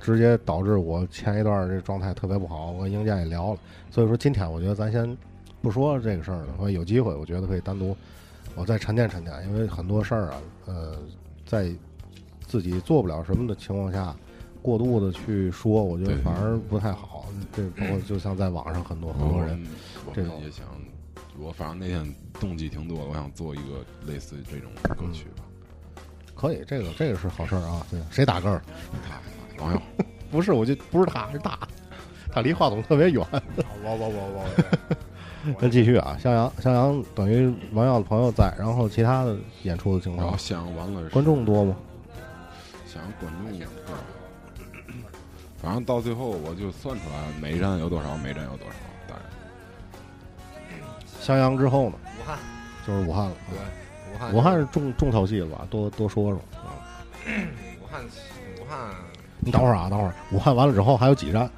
E: 直接导致我前一段儿这状态特别不好，我跟英健也聊了，所以说今天我觉得咱先不说这个事儿了，说有机会我觉得可以单独我再沉淀沉淀，因为很多事儿啊，呃，在自己做不了什么的情况下。过度的去说，我觉得
F: 对
E: 反而不太好。这包括就像在网上很多很多
F: 我
E: 人，
F: 们我
E: 这种
F: 们也想，我反正那天动机挺多的，我想做一个类似于这种歌曲吧。
E: 可以，这个这个是好事儿啊。对，谁打嗝儿？
F: 网友
E: 不是，我就不是他，是他，他离话筒特别远。
H: 我我我 我
E: 那继续啊，襄阳，襄阳等于王耀的朋友在，然后其他的演出的情
F: 然后
E: 况，
F: 想完了是
E: 观众多吗？
F: 想观众也不知道反正到最后我就算出来每一站有多少，每一站有多少。当然，
E: 襄阳之后呢，
H: 武汉
E: 就是武汉了。
H: 对武汉
E: 武汉是重重头戏了吧？多多说说。
H: 武汉武汉
E: 你等会儿啊，等会儿，武汉完了之后还有几站？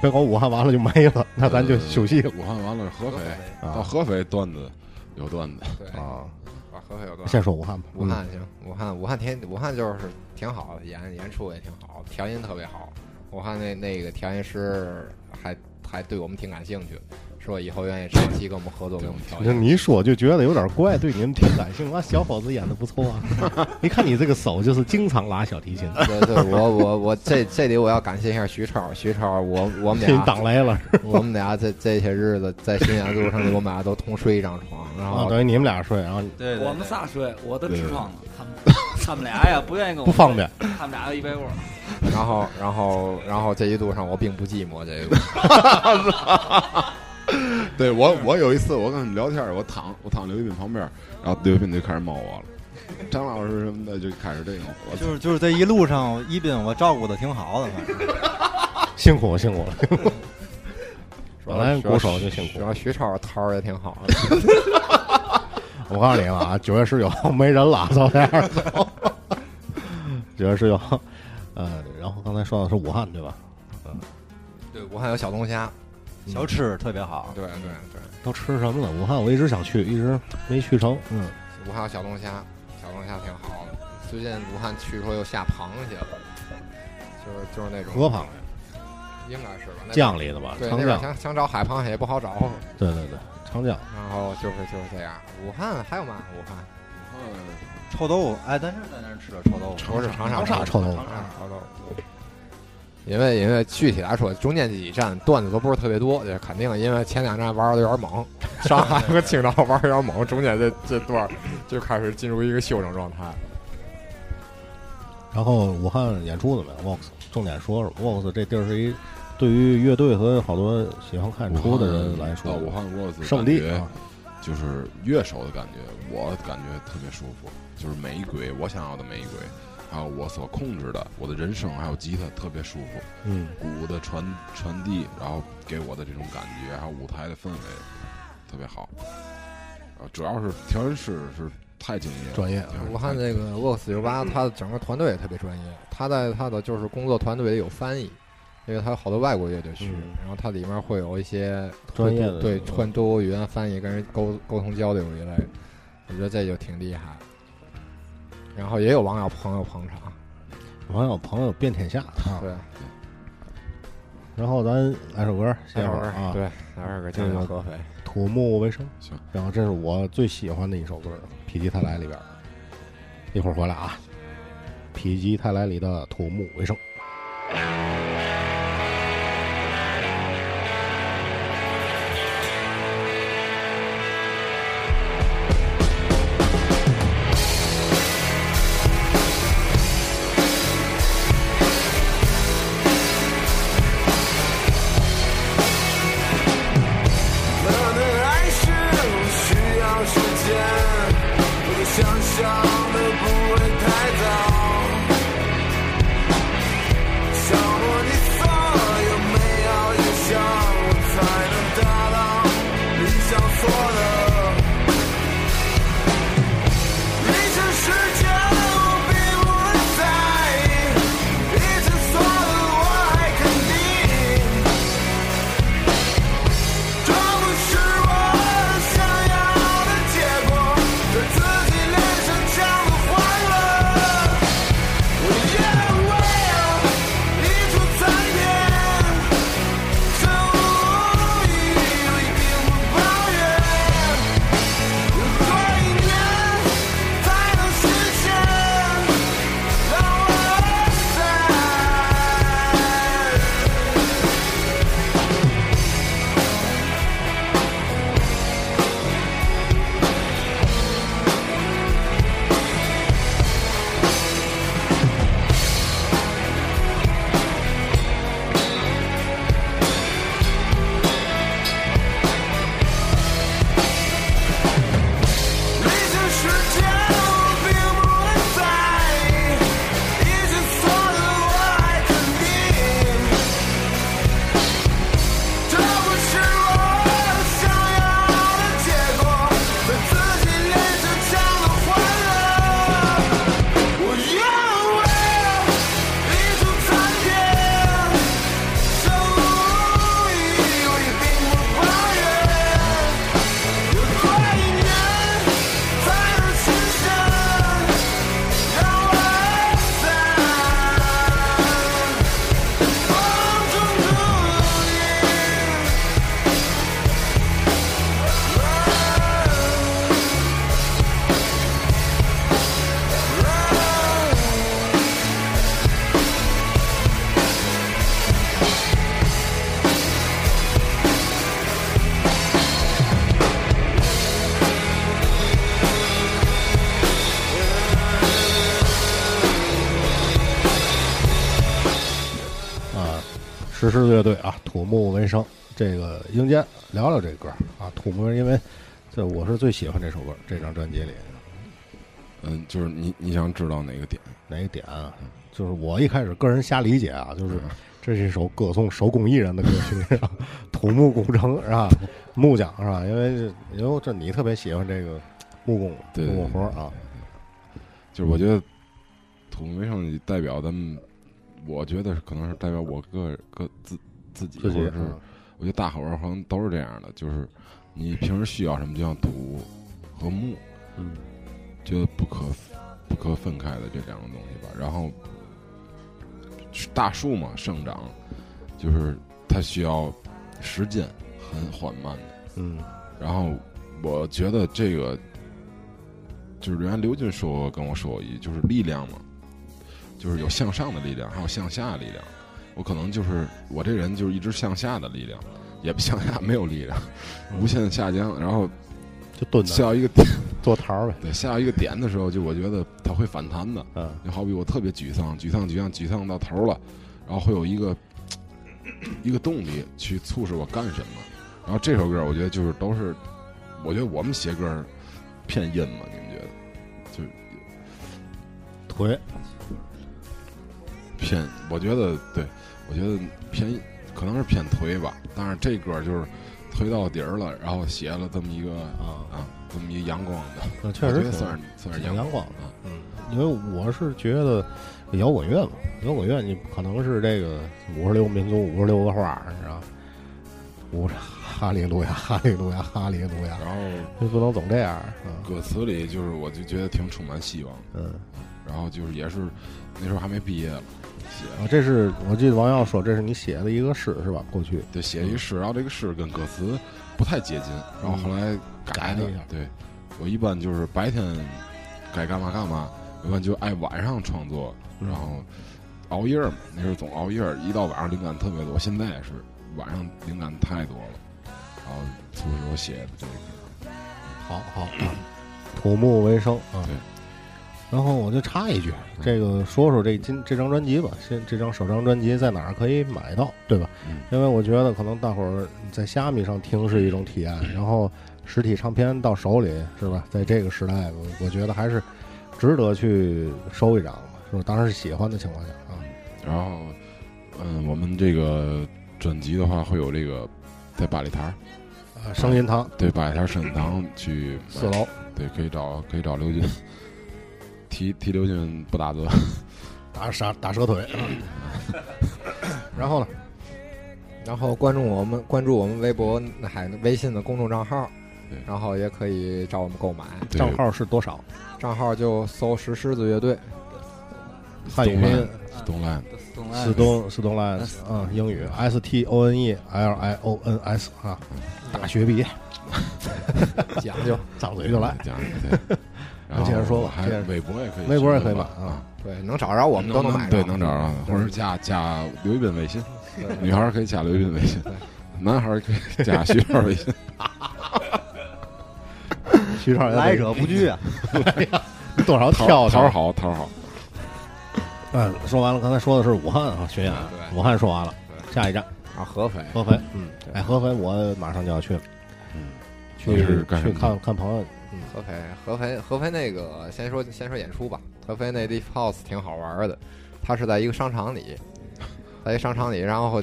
E: 别管武汉完了就没了，那咱就
F: 呃
E: 休息了
F: 武汉完了是合肥，到
E: 啊
F: 合肥段子有段子，
H: 对
E: 啊！
H: 啊合肥有段。
E: 先说武汉吧，嗯
H: 武汉行，武汉武汉天武汉就是挺好的，演演出也挺好，调音特别好。武汉那那个调音师还还对我们挺感兴趣，说以后愿意长期跟我们合作，给我们调
E: 你说
H: 音。
E: 你一说就觉得有点怪，对你们挺感兴趣。啊，小伙子演的不错 啊！一看你这个手就是经常拉小提琴，
H: 对对，我我我这这里我要感谢一下徐超，徐超，我我 们
E: 给你
H: 俩
E: 挡雷了。
H: 我们俩这这些日子在巡演路上，我们俩都同睡一张床，然
E: 啊，
H: 后
E: 等于你们俩睡，然后
I: 对
G: 我们仨睡，我都痔疮了，他们他们俩呀不愿意跟我
E: 不方便。
G: 睡，他们俩一被窝。
H: 然后然后然后这一路上我并不寂寞，这一路
F: 对我，我有一次我跟他们聊天，我躺我躺刘一斌旁边，然后刘一斌就开始骂我了，张老师什么的就开始这种，我
I: 就是就是这一路上，一斌我照顾的挺好的，反正
E: 辛苦辛苦了。 本来鼓手就辛苦
H: 然，后徐超摊儿也挺好的，
E: 我告诉你们啊， 九月十九号没人了，早点儿走。九月十九号，呃，然后刚才说的是武汉对吧？
H: 对，武汉有小龙虾，
I: 小吃特别好。
H: 对对对，
E: 都吃什么了？武汉我一直想去，一直没去成。嗯，
H: 武汉有小龙虾，小龙虾挺好的。最近武汉去说又下螃蟹了，就是就是那种
E: 河螃蟹，
H: 应该是吧？那边
E: 江里的吧，
H: 对，
E: 长
H: 那边
E: 江。
H: 想想找海螃蟹也不好找，
E: 对对对，长江。
H: 然后就是就是这样。武汉还有嘛？武汉
I: 臭豆腐，哎，咱是在那儿吃的臭豆腐，
H: 不是长沙
E: 长沙臭豆腐
H: 长沙臭豆腐。因为因为具体来说，中间这几站段子都不是特别多，这肯定。因为前两站玩的有点 猛，上海和青岛玩的有点猛，中间这这段儿就开始进入一个休整状态。
E: 然后武汉演出怎么样？Vox，重点说说 Vox 这地儿是一，对于乐队和好多喜欢看演出的人来说
F: 到，呃哦武汉 Rose
E: 圣地啊。
F: 就是乐手的感觉，我感觉特别舒服，就是每一轨我想要的每一轨，还有我所控制的我的人声，还有吉他特别舒服，
E: 嗯，
F: 鼓的传传递，然后给我的这种感觉，还有舞台的氛围特别好。啊，主要是调音师是太敬业了，
E: 专业啊
F: 调音师
H: 武汉这个 Vox 酒
E: 嗯
H: 吧，他的整个团队也特别专业。他在他的就是工作团队里有翻译，因为他有好多外国乐队去，
E: 嗯
H: 然后它里面会有一些
E: 专业的
H: 对
E: 嗯
H: 穿多国语言翻译跟人沟沟通交流一类，我觉得这就挺厉害。然后也有网友朋友捧场，
E: 啊网友朋友遍天下啊。
H: 对，
E: 然后咱来首歌，歇
H: 来
E: 会
H: 首
E: 儿
H: 歌，
E: 啊。
H: 对，来首歌
E: 这
H: 讲
E: 个
H: 讲合肥。
E: 土木为生。
F: 行，
E: 然后这是我最喜欢的一首歌，《否极泰来》里边儿。一会儿回来啊。否极泰来里的土木为生。石狮乐队啊，土木为生。这个英坚聊聊这歌啊，土木，因为这我是最喜欢这首歌，这张专辑里
F: 嗯，就是你你想知道哪个点？
E: 哪一点啊？就是我一开始个人瞎理解啊，就是
F: 嗯
E: 这是一首歌颂手工艺人的歌曲，土木工程是吧？木匠是吧？因为这因为这你特别喜欢这个木工
F: 对
E: 木工活啊，
F: 就是我觉得土木为生代表咱们，我觉得是可能是代表我个个自自己，
E: 自己嗯
F: 或者是我觉得大伙儿好像都是这样的，就是你平时需要什么，就像土和木，
E: 嗯，
F: 觉得不可不可分开的这两种东西吧。然后大树嘛，生长就是它需要时间，很缓慢的。
E: 嗯
F: 然后我觉得这个就是原来刘军说过跟我说过一句，就是力量嘛，就是有向上的力量，还有向下的力量。我可能就是我这人就是一直向下的力量，也不向下没有力量，无限下降。然后
E: 就蹲
F: 下
E: 着
F: 到一个点，
E: 做桃儿呗，
F: 对，下到一个点的时候，就我觉得它会反弹的。
E: 嗯
F: 就好比我特别沮丧，沮丧沮丧沮丧到头了，然后会有一个一个动力去促使我干什么。然后这首歌我觉得就是都是，我觉得我们写歌儿偏阴嘛，你们觉得
E: 腿
F: 偏？我觉得对，我觉得偏可能是偏颓吧，但是这歌儿就是颓到底儿了，然后写了这么一个
E: 啊，
F: 啊这么一阳光的，
E: 嗯确
F: 我
E: 实
F: 觉得
E: 挺
F: 算是算是
E: 挺阳光的嗯
F: 啊。
E: 因为我是觉得摇滚乐嘛，摇滚乐你可能是这个五十六民族五十六个花儿，你知道吗，五十哈利路亚，哈利路亚，哈利路亚，
F: 然后
E: 这不能总这样啊。
F: 歌词里就是我就觉得挺充满希望的。
E: 嗯，
F: 然后就是也是那时候还没毕业了，写
E: 啊，这是我记得王耀说这是你写的一个诗是吧？过去
F: 对写一诗，然后这个诗跟歌词不太接近，然后后来
E: 嗯
F: 改
E: 改了一下
F: 对，我一般就是白天该干嘛干嘛，我感觉爱晚上创作，
E: 嗯
F: 然后熬夜嘛，那时候总熬夜，一到晚上灵感特别多。现在也是晚上灵感太多了，然后促使我写的这个歌。
E: 好好，土木为生啊。
F: 对。嗯
E: 然后我就插一句，这个说说这今这张专辑吧，先这张首张专辑在哪儿可以买到，对吧？
F: 嗯
E: 因为我觉得可能大伙儿在虾米上听是一种体验，然后实体唱片到手里是吧？在这个时代，我我觉得还是值得去收一张吧，是吧？当然是喜欢的情况下啊，
F: 然后，嗯，我们这个专辑的话会有这个在八里台儿，
E: 呃声音堂
F: 对八里台儿沈堂去买
E: 四楼
F: 对，可以找可以找刘军，提提刘军不打折。
E: 打傻打蛇腿， 然后呢？
H: 然后关注我们，关注我们微博、还微信的公众账号
F: 对，
H: 然后也可以找我们购买。
F: 对
E: 账号是多少？
H: 账号就搜“石狮子 乐队
E: 汉语拼音哎
F: 东来，
H: 嗯
E: 斯东斯东莱斯啊，英语 S T O N E L I O N S 啊，大学毕业，”，
H: 讲究。
E: 张嘴就来。
F: 讲对。然后
E: 接着说吧
F: 还
E: 接着说
F: 微博也可以，
E: 微博也可以买
F: 买
E: 啊。嗯
H: 对，能找着我们都买着。
F: 对，能找着，啊或者加加刘一斌微信，女孩儿可以加刘一斌微信，男孩儿可以加徐浩 微信。
E: 徐少爷
I: 来者不拒啊！
E: 多少
F: 桃
E: 跳
F: 桃
E: 跳。
F: 儿好，桃儿好，
E: 嗯，说完了，刚才说的是武汉啊，巡演，
H: 对
E: 武汉说完了，下一站
H: 啊，合肥。
E: 合肥。嗯，哎，合肥我马上就要去了，去
F: 你是干
E: 嗯
F: 什
E: 去
F: 么的
E: 看看朋友。嗯，
H: 合肥，合肥，合肥那个先说先说演出吧。合肥那 Live House 挺好玩的，它是在一个商场里，在一商场里，然后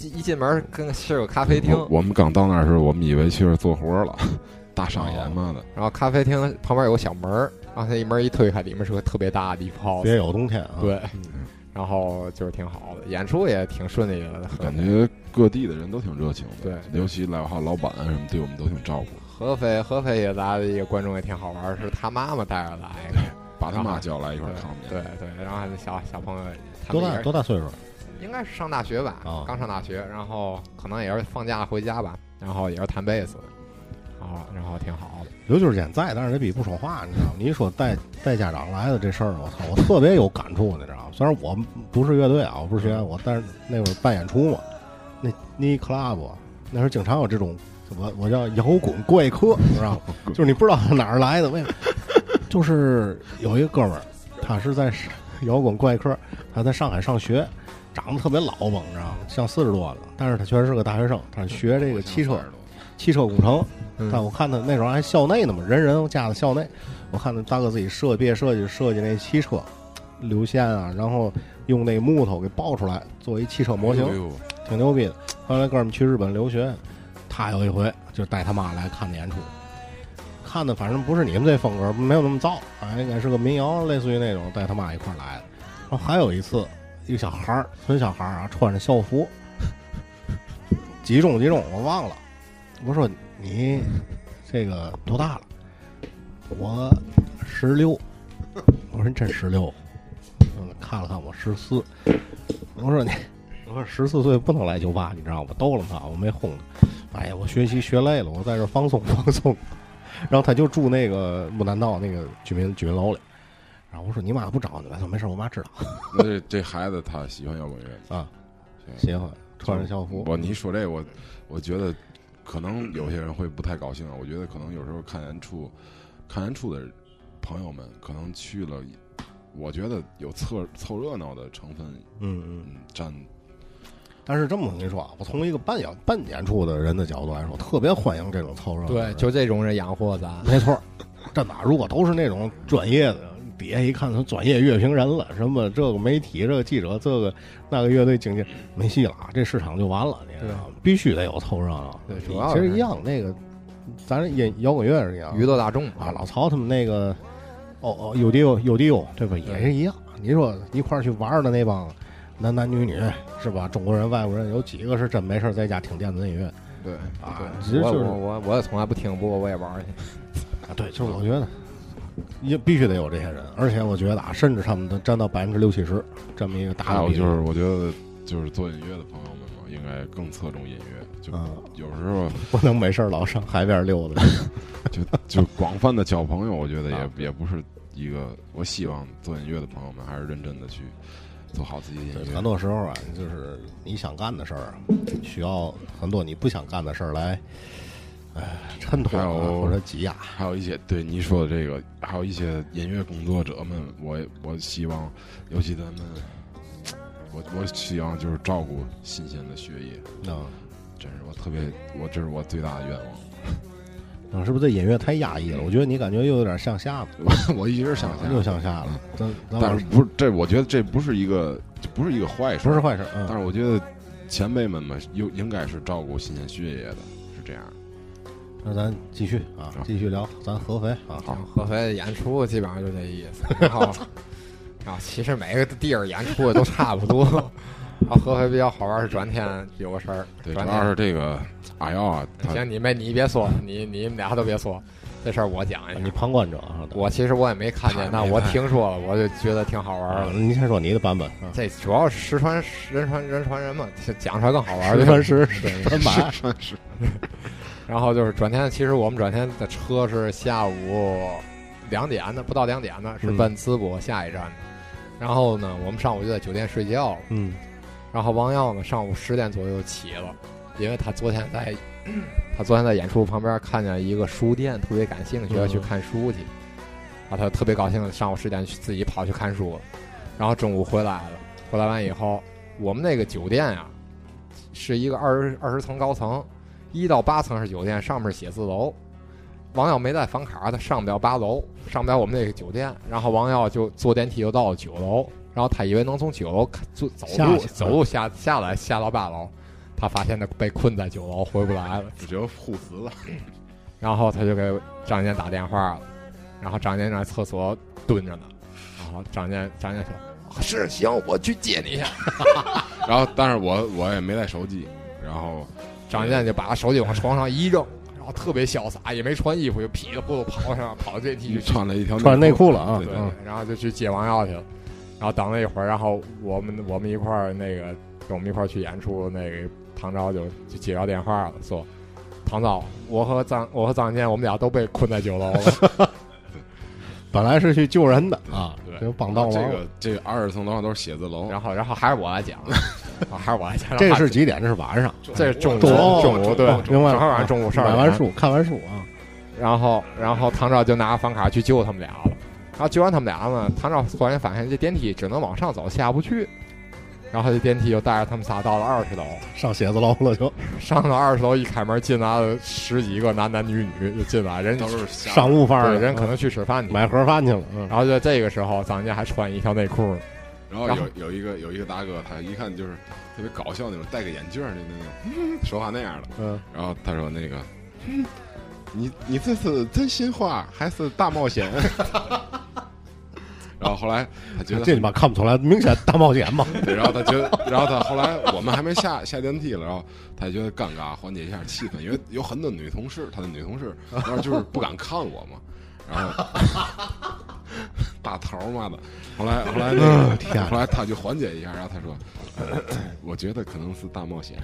H: 一一进门跟是个咖啡厅，
F: 我我们刚到那儿的时候，我们以为去那儿做活儿了，大上
E: 哦
F: 演嘛的。
H: 然后咖啡厅旁边有个小门儿，然后它一门一推开，里面是个特别大的 Live
E: 别
H: House。
E: 有冬天啊。，
H: 对，然后就是挺好的，演出也挺顺利的。合
F: 感觉各地的人都挺热情的，
H: 对
F: 尤其来号老板啊什么，对我们都挺照顾的，
H: 合肥，合肥也来了一个观众也挺好玩儿，是他妈妈带着来的。
F: 把他妈叫来一块儿唱去。
H: 对对，然后还有小小朋友，他
E: 多
H: 们
E: 大
H: 也是
E: 多大岁数？
H: 应该是上大学吧，
E: 啊
H: 刚上大学，然后可能也是放假回家吧，然后也是弹贝斯，然后然后挺好的。
E: 刘就是演在，但是这比不说话，你知道吗？你一说带带家长来的这事儿，我操，我特别有感触，你知道吗？虽然我不是乐队啊，我不是学员，我但是那会儿办演出嘛，那那 club 啊那时候经常有这种，我我叫摇滚怪客，你知道吗？就是你不知道哪儿来的，为什么？就是有一个哥们儿，他是在上摇滚怪客，他在上海上学，长得特别老吧，你知道吗？像四十多了，但是他确实是个大学生，他是学这个汽车。汽车工程，
F: 嗯
E: 但我看他那时候还校内呢嘛，人人架子校内，我看他大哥自己设毕业设计设计那汽车流线啊，然后用那木头给爆出来做一汽车模型，
F: 哎呦
E: 挺牛逼的。后来哥们去日本留学，他有一回就带他妈来看的演出，看的反正不是你们这风格，没有那么燥，反正应该是个民谣，类似于那种，带他妈一块儿来的。然后还有一次，一个小孩儿，纯小孩儿啊，穿着校服，几中几中，我忘了。我说你这个多大了？我十六。我说你真十六？嗯，看了看我十四。我说你我说十四岁不能来酒吧，你知道吗？逗了他，我没哄他。哎呀，我学习学累了，我在这儿放松 放松。然后他就住那个牡丹道那个居民居民楼里。然后我说你妈不找你了？他说没事，我妈知道
F: 那这这孩子他喜欢摇滚乐，
E: 啊。喜欢穿着校服，
F: 我你说这我，我觉得可能有些人会不太高兴啊。我觉得可能有时候看演出，看演出的朋友们可能去了，我觉得有凑凑热闹的成分，
E: 嗯嗯。
F: 嗯，占
E: 但是这么跟你说啊，我从一个办演办演出的人的角度来说，特别欢迎这种凑热闹的
H: 对，
E: 人。
H: 就这种人养活咱。
E: 没错儿，真的，如果都是那种专业的，底下一看成专业乐评人了，什么这个媒体、这个记者、这个那个乐队经纪，没戏了，这市场就完了，你知道吗？必须得有凑热闹。
H: 对主要
E: 其实
H: 是
E: 一样，那个咱摇摇滚乐是一样，
H: 娱乐大众
E: 啊，老曹他们那个，哦哦，有迪有有迪有，对吧？也是一样。你说一块儿去玩儿的那帮男男女女是吧？中国人、外国人，有几个是真没事儿在家听电子音乐
H: 对
E: 啊？其实
H: 我
E: 就是
H: 我我我也从来不听，不过我也玩儿去。
E: 啊，对，就是我觉得也必须得有这些人，而且我觉得啊，甚至他们能占到百分之六七十这么一个
F: 还
E: 大的
F: 有
E: 比例。
F: 就是，我觉得就是做音乐的朋友们嘛，应该更侧重音乐。就
E: 啊
F: 有时候
E: 不能没事儿老上海边溜达。
F: 啊就就广泛的交朋友，我觉得也也不是一个，我希望做音乐的朋友们还是认真的去做好自己的音
E: 对，
F: 乐。
E: 很多时候啊，就是你想干的事儿，啊需要很多你不想干的事儿来，哎，衬托
F: 还有
E: 啊或者挤压。
F: 还有一些对你说的这个，还有一些音乐工作者们，我我希望，尤其咱们，我我希望就是照顾新鲜的学业，
E: 嗯，
F: 真是我特别，我这是我最大的愿望。
E: 啊，是不是这音乐太压抑了？我觉得你感觉又有点向下了，
F: 我我一直想下，
E: 又向下了。咱咱
F: 但
E: 往
F: 是不是这？我觉得这不是一个，这不是一个坏事，
E: 不是。坏事儿，
F: 但
E: 嗯，
F: 是我觉得前辈们嘛，又应该是照顾新鲜血液的，是这样。
E: 那咱继续啊，继续聊，咱合肥啊，
F: 好
H: 合肥的演出基本上就这意思。然后，然后其实每个地儿演出的都差不多。然后合肥比较好玩是转天有个事儿，
F: 对，主
H: 转
F: 要
H: 天
F: 是这个阿耀啊，他
H: 行，你们你别说，你你们俩都别说，这事儿我讲一
E: 你
H: 下。
E: 旁观者啊，
H: 哎我其实我也没看见，嗯但我听说了，我就觉得挺好玩
E: 啊，
H: 儿的。
E: 你先说你的版本啊，
H: 这主要是实传人传人传人嘛，这讲出来更好玩儿。
E: 十
H: 对吧
E: 分十
H: 对
E: 分满，
H: 然后就是转天，其实我们转天的车是下午两点的，不到两点的，是
E: 嗯
H: 奔淄博下一站的。然后呢，我们上午就在酒店睡觉了。
E: 嗯，
H: 然后王耀呢，上午十点左右起了，因为他昨天在，他昨天在演出旁边看见一个书店，特别感兴
E: 嗯
H: 趣，要去看书去。啊然后他就特别高兴地上午十点去自己跑去看书了，然后中午回来了，回来完以后，我们那个酒店呀、是一个二十二十层高层，一到八层是酒店，上面是写字楼。王耀没带房卡，他上不了八楼，上不了我们那个酒店。然后王耀就坐电梯就到了九楼，然后他以为能从九楼看坐走
E: 下
H: 路
E: 去
H: 走路下下来下到八楼，他发现他被困在九楼回不来了。
F: 只有护死了。
H: 然后他就给张健打电话了，然后张健在厕所蹲着呢，然后张健张健说：“是行，我去接你一下。
F: 然后，但是我我也没带手机，然后”
H: 张健就把手机往床上一扔，然后特别潇洒，也没穿衣服，就屁里呼噜跑上跑电梯去接
F: 穿了一条
E: 穿内裤了啊
F: 对
H: 对，
F: 对
E: 嗯
H: 然后就去接王耀去了。然后等了一会儿，然后我们我们一块儿那个我们一块儿去演出，那个唐钊就就接到电话了，说唐钊，我和张我和张健我们俩都被困在九楼了。
E: 本来是去救人的啊，就帮倒
F: 这
E: 忙了。
F: 个这个二十层楼上都是写字楼，
H: 然后然后还是我来讲，啊还是我来讲。
E: 这是几点？这是晚上，
H: 这是中午
E: 中午
H: 中午对，
E: 明白了
H: 正好晚上中午上
E: 买完书看完书啊，
H: 然后然后唐照就拿房卡去救他们俩了。然后救完他们俩呢，唐照突然发现这电梯只能往上走，下不去。然后这电梯就带着他们仨到了二十楼，
E: 上写字楼了就
H: 上到二十楼一开门进来了十几个男男女女就进来，
E: 哎
H: 人
F: 都是下
E: 商务范儿
H: 对
E: 了，
H: 人可能去吃饭去。
E: 嗯买盒饭去了，嗯，
H: 然后就在这个时候，咱家还穿一条内裤呢，
F: 然后
H: 然后
F: 有有一个有一个大哥，他一看就是特别搞笑那种，戴个眼镜儿的那种，说话那样的。
E: 嗯，
F: 然后他说那个，你你这是真心话还是大冒险？ 然后后来他觉得
E: 这你妈看不出来，明显大冒险嘛。
F: 对，然后他觉得，然后他后来我们还没下下电梯了，然后他觉得尴尬，缓解一下气氛，因为有很多女同事，他的女同事，然后就是不敢看我嘛，然后大头儿嘛的，后来后来那个，
E: 天啊
F: 后来他就缓解一下，然后他说，我觉得可能是大冒险，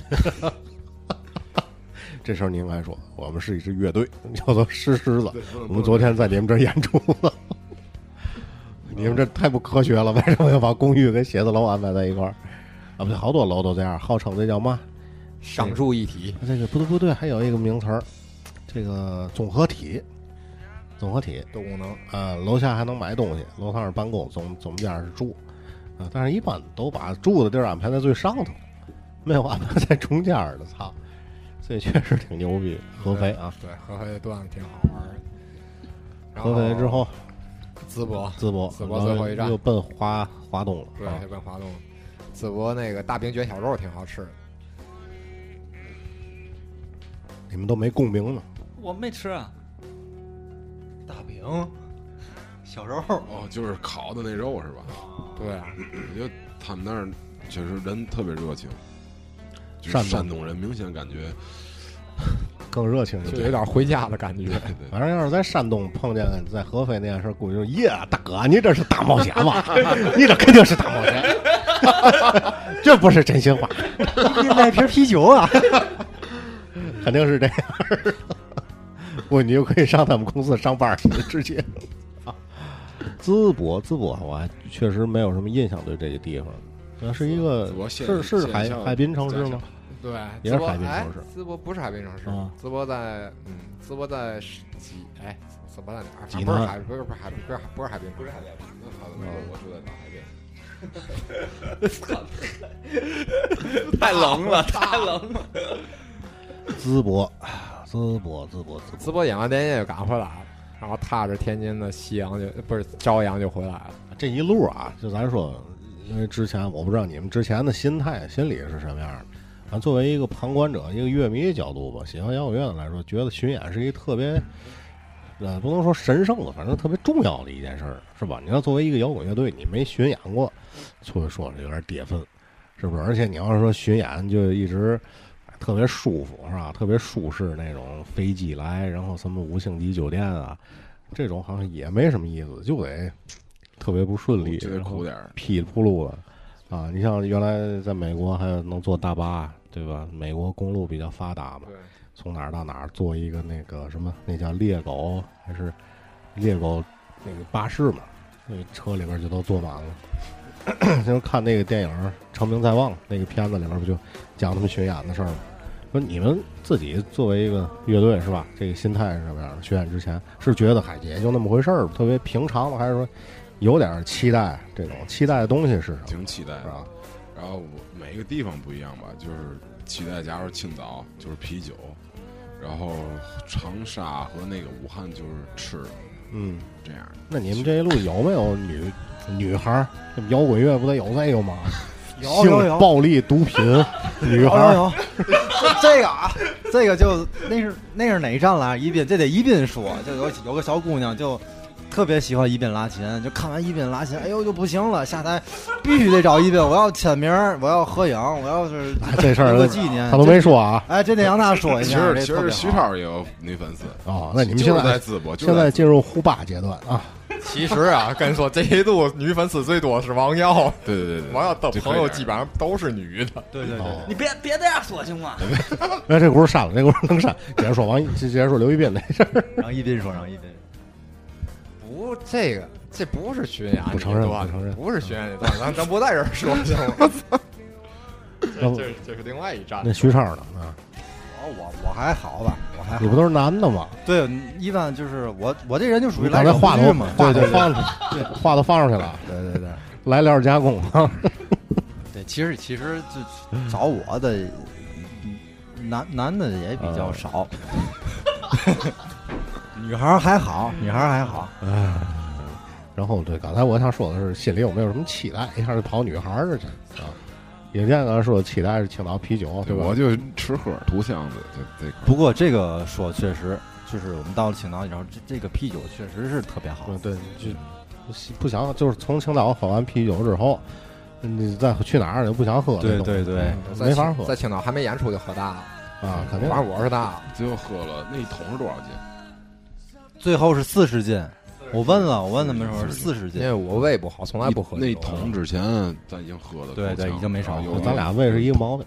E: 这时候你应该说，我们是一支乐队， 叫做石狮子
F: 对不能。
E: 我们昨天在你们这儿演出了， 你们这太不科学了，为什么要把公寓跟写字楼安排在一块儿？啊，不对，好多楼都这样，号称这叫嘛？
H: 上住一体。
E: 这个不对不对，还有一个名词儿，这个综合体，综合体。
H: 多功能，
E: 呃，楼下还能买东西，楼上是办公，总总监是住，啊、但是一般都把住的地儿安排在最上头，没有安排在中间儿的，操，所以确实挺牛逼，合肥啊，
H: 对，合肥的段子挺好玩的。然
E: 合肥之后，
H: 淄博，
E: 淄博，
H: 淄博最后一站
E: 然又奔华华东了，
H: 对
E: 啊，
H: 就奔华东。淄博那个大饼卷小肉挺好吃的，
E: 你们都没共鸣呢，
G: 我没吃啊，
I: 大饼、小肉，
F: 哦，就是烤的那肉是吧？
H: 对啊，
F: 我觉得他们那儿确实人特别热情，就是
E: 山东
F: 山东人明显感觉，
E: 更热情一
H: 就
E: 点。
H: 有点回家 的感觉。
F: 对对
E: 反正要是在山东碰见在合肥那件事儿，估计就耶，大哥，你这是大冒险 吧？你这肯定是大冒险， 这不是真心话，
I: 你买瓶啤酒啊？
E: 肯定是这样。 不，你就可以上他们公司上班去，直接。淄博，淄博我还确实没有什么印象对这个地方，那是一个
F: 淄博县
E: 是是
F: 县
E: 海
F: 校
E: 海滨城市吗？
H: 对，
E: 也
H: 淄
E: 是
H: 博
E: 海滨
H: 哎
E: 城市
H: 淄博不是海滨城市
E: 啊，
H: 淄博在嗯，淄博在是济哎，淄博在哪儿？
E: 济
H: 不是
E: 南
H: 海，不是不是海，不是海，不是海滨，嗯不是海滨。
F: 那他怎么说我住在大海边？
G: 太 冷了，太冷了。
E: 淄博，啊淄博，淄博，淄博。
H: 淄博演完电影就赶回来了，然后踏着天津的夕阳就不是朝阳就回来了。
E: 这一路啊，就咱说，因为之前我不知道你们之前的心态、心理是什么样的。反正啊作为一个旁观者、一个乐迷角度吧，喜欢摇滚乐的来说，觉得巡演是一特别，呃，不能说神圣的，反正特别重要的一件事儿，是吧？你要作为一个摇滚乐队，你没巡演过，所以说有点跌份，是不是？而且你要是说巡演就一直哎特别舒服，是吧？特别舒适那种飞机来，然后什么五星级酒店啊，这种好像也没什么意思，就得特别不顺利，
F: 就得
E: 然后
F: 苦点儿。
E: 噼里扑噜的啊！你像原来在美国还有能坐大巴，对吧？美国公路比较发达嘛，
H: 对，
E: 从哪儿到哪儿坐一个那个什么，那叫猎狗还是猎狗那个巴士嘛，那个车里边就都坐满了。 就是看那个电影《成名在望》那个片子里边不就讲他们巡演的事儿吗？说你们自己作为一个乐队是吧？这个心态是什么样的？巡演之前是觉得嗨也就那么回事儿，特别平常吗？还是说有点期待这种期待的东西是什么？
F: 挺期待
E: 是吧
F: 的。？然后我每一个地方不一样吧，就是期待，假如青岛就是啤酒，然后长沙和那个武汉就是吃的
E: 嗯，
F: 这样的。
E: 那你们这一路有没有女女孩儿？这摇滚乐不得有那个吗？
I: 有有
E: 性
I: 有
E: 暴力、毒品、女孩
I: 有
E: 儿，
I: 有，这这个啊，这个就那是那是哪一站来？宜宾，这得宜宾说，就有有个小姑娘就特别喜欢宜宾拉琴，就看完宜宾拉琴，哎呦就不行了，下台必须得找宜宾，我要签名，我要合影，我要是
E: 哎这事儿
I: 留个纪念，
E: 他都没说啊。
I: 哎，这得让他说一
F: 其
I: 下，
F: 实
I: 这
F: 其
I: 特
F: 实
I: 别
F: 徐
I: 好
F: 超也有女粉丝，
E: 哦，那你们
F: 就
E: 现
F: 是
E: 在
F: 在淄博，就
E: 现
F: 是
E: 在
F: 在
E: 进入互霸阶段啊，
H: 其实啊，跟你说，这一度女粉丝最多是王耀，
F: 对对对对，
H: 王耀的
F: 就可以
H: 朋友
F: 这样
H: 基本上都是女的。
I: 对对对，
E: 哦
G: 你别别这样说行吗？
E: 哎，这轱辘删了， 这轱辘能删。接着说王一，接着说刘一斌那事儿，
I: 让宜宾说，让宜宾说，
H: 不，这个这不是巡演，
E: 不承认
H: 你知道吧
E: 不承认
H: 不是巡演，咱咱咱不在这儿说，行吗？
E: 要
H: 这
E: 不
H: 这这是另外一站
E: 那。徐超呢？啊，
I: 我我我还好吧，我还好
E: 你。不都是男的吗？
I: 对，一般就是我我这人就属于
E: 你
I: 来
E: 刚才
I: 者不
E: 话
I: 拒
E: 都
I: 嘛，
E: 话
I: 对
E: 都
I: 对对
E: 放，对话都放上去了，
I: 对对对。
E: 来料加工啊。
I: 对，其实其实就找我的嗯男男的也比较少，女孩儿还好，女孩儿还好。
E: 然后对，刚才我想说的是，心里有没有什么期待？一下就跑女孩儿这去啊。尹健刚才说的期待是青岛啤酒，对吧？
F: 我就吃喝涂巷子，这这
I: 不过这个说确实，就是我们到了青岛以后，这这个啤酒确实是特别好
E: 对。对，就不喜不想就是从青岛喝完啤酒之后，嗯你再去哪儿就不想喝了，
I: 对
E: 懂吗
I: 对对
E: 嗯
H: 在
E: 没法
H: 青
E: 喝
H: 在青岛还没演出就喝大了，
E: 啊，肯定
H: 反正我是大了。
F: 最后喝了那一桶是多少斤？
I: 最后是四十斤，我问了，我问他们说是四十
H: 因
I: 斤
H: 为，我胃不好，从来不喝
F: 一那
H: 酒啊
F: 桶之前咱已经喝的，
I: 对对已经没少喝
F: 有
E: 咱俩胃是一个毛病，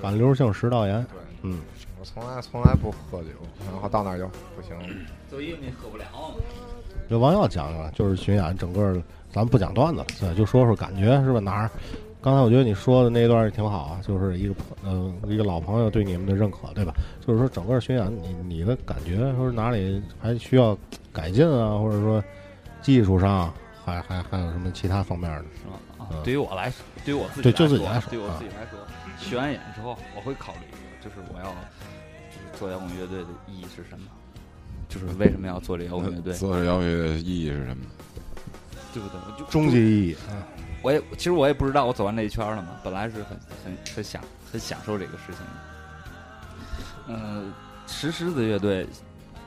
E: 反流性食道炎。嗯，
H: 我从来从来不喝酒，然后到那儿就不行。
G: 就因为你喝不了嘛。
I: 嗯
E: 这王耀讲了，就是巡演整个，咱不讲段子了，对就说说感觉是吧？哪儿？刚才我觉得你说的那一段儿挺好啊，就是一个朋呃一个老朋友对你们的认可，对吧？就是说整个巡演，你你的感觉说是哪里还需要改进啊，或者说技术上还还还有什么其他方面的？
G: 是吗？啊
E: 嗯，
G: 对于我来说，对于我自己
E: 对就自己来
G: 来
E: 说
G: 对于我
E: 啊
G: 自己来说，学完演之后，我会考虑一个，就是我要做摇滚乐队的意义是什么？就是为什么要做这摇滚乐队，
F: 做摇滚乐的意义是什么？
G: 对不对？我就
E: 终极，意义啊，
G: 我也其实我也不知道我走完这一圈了嘛，本来是很很很享很享受这个事情的。嗯，石狮子乐队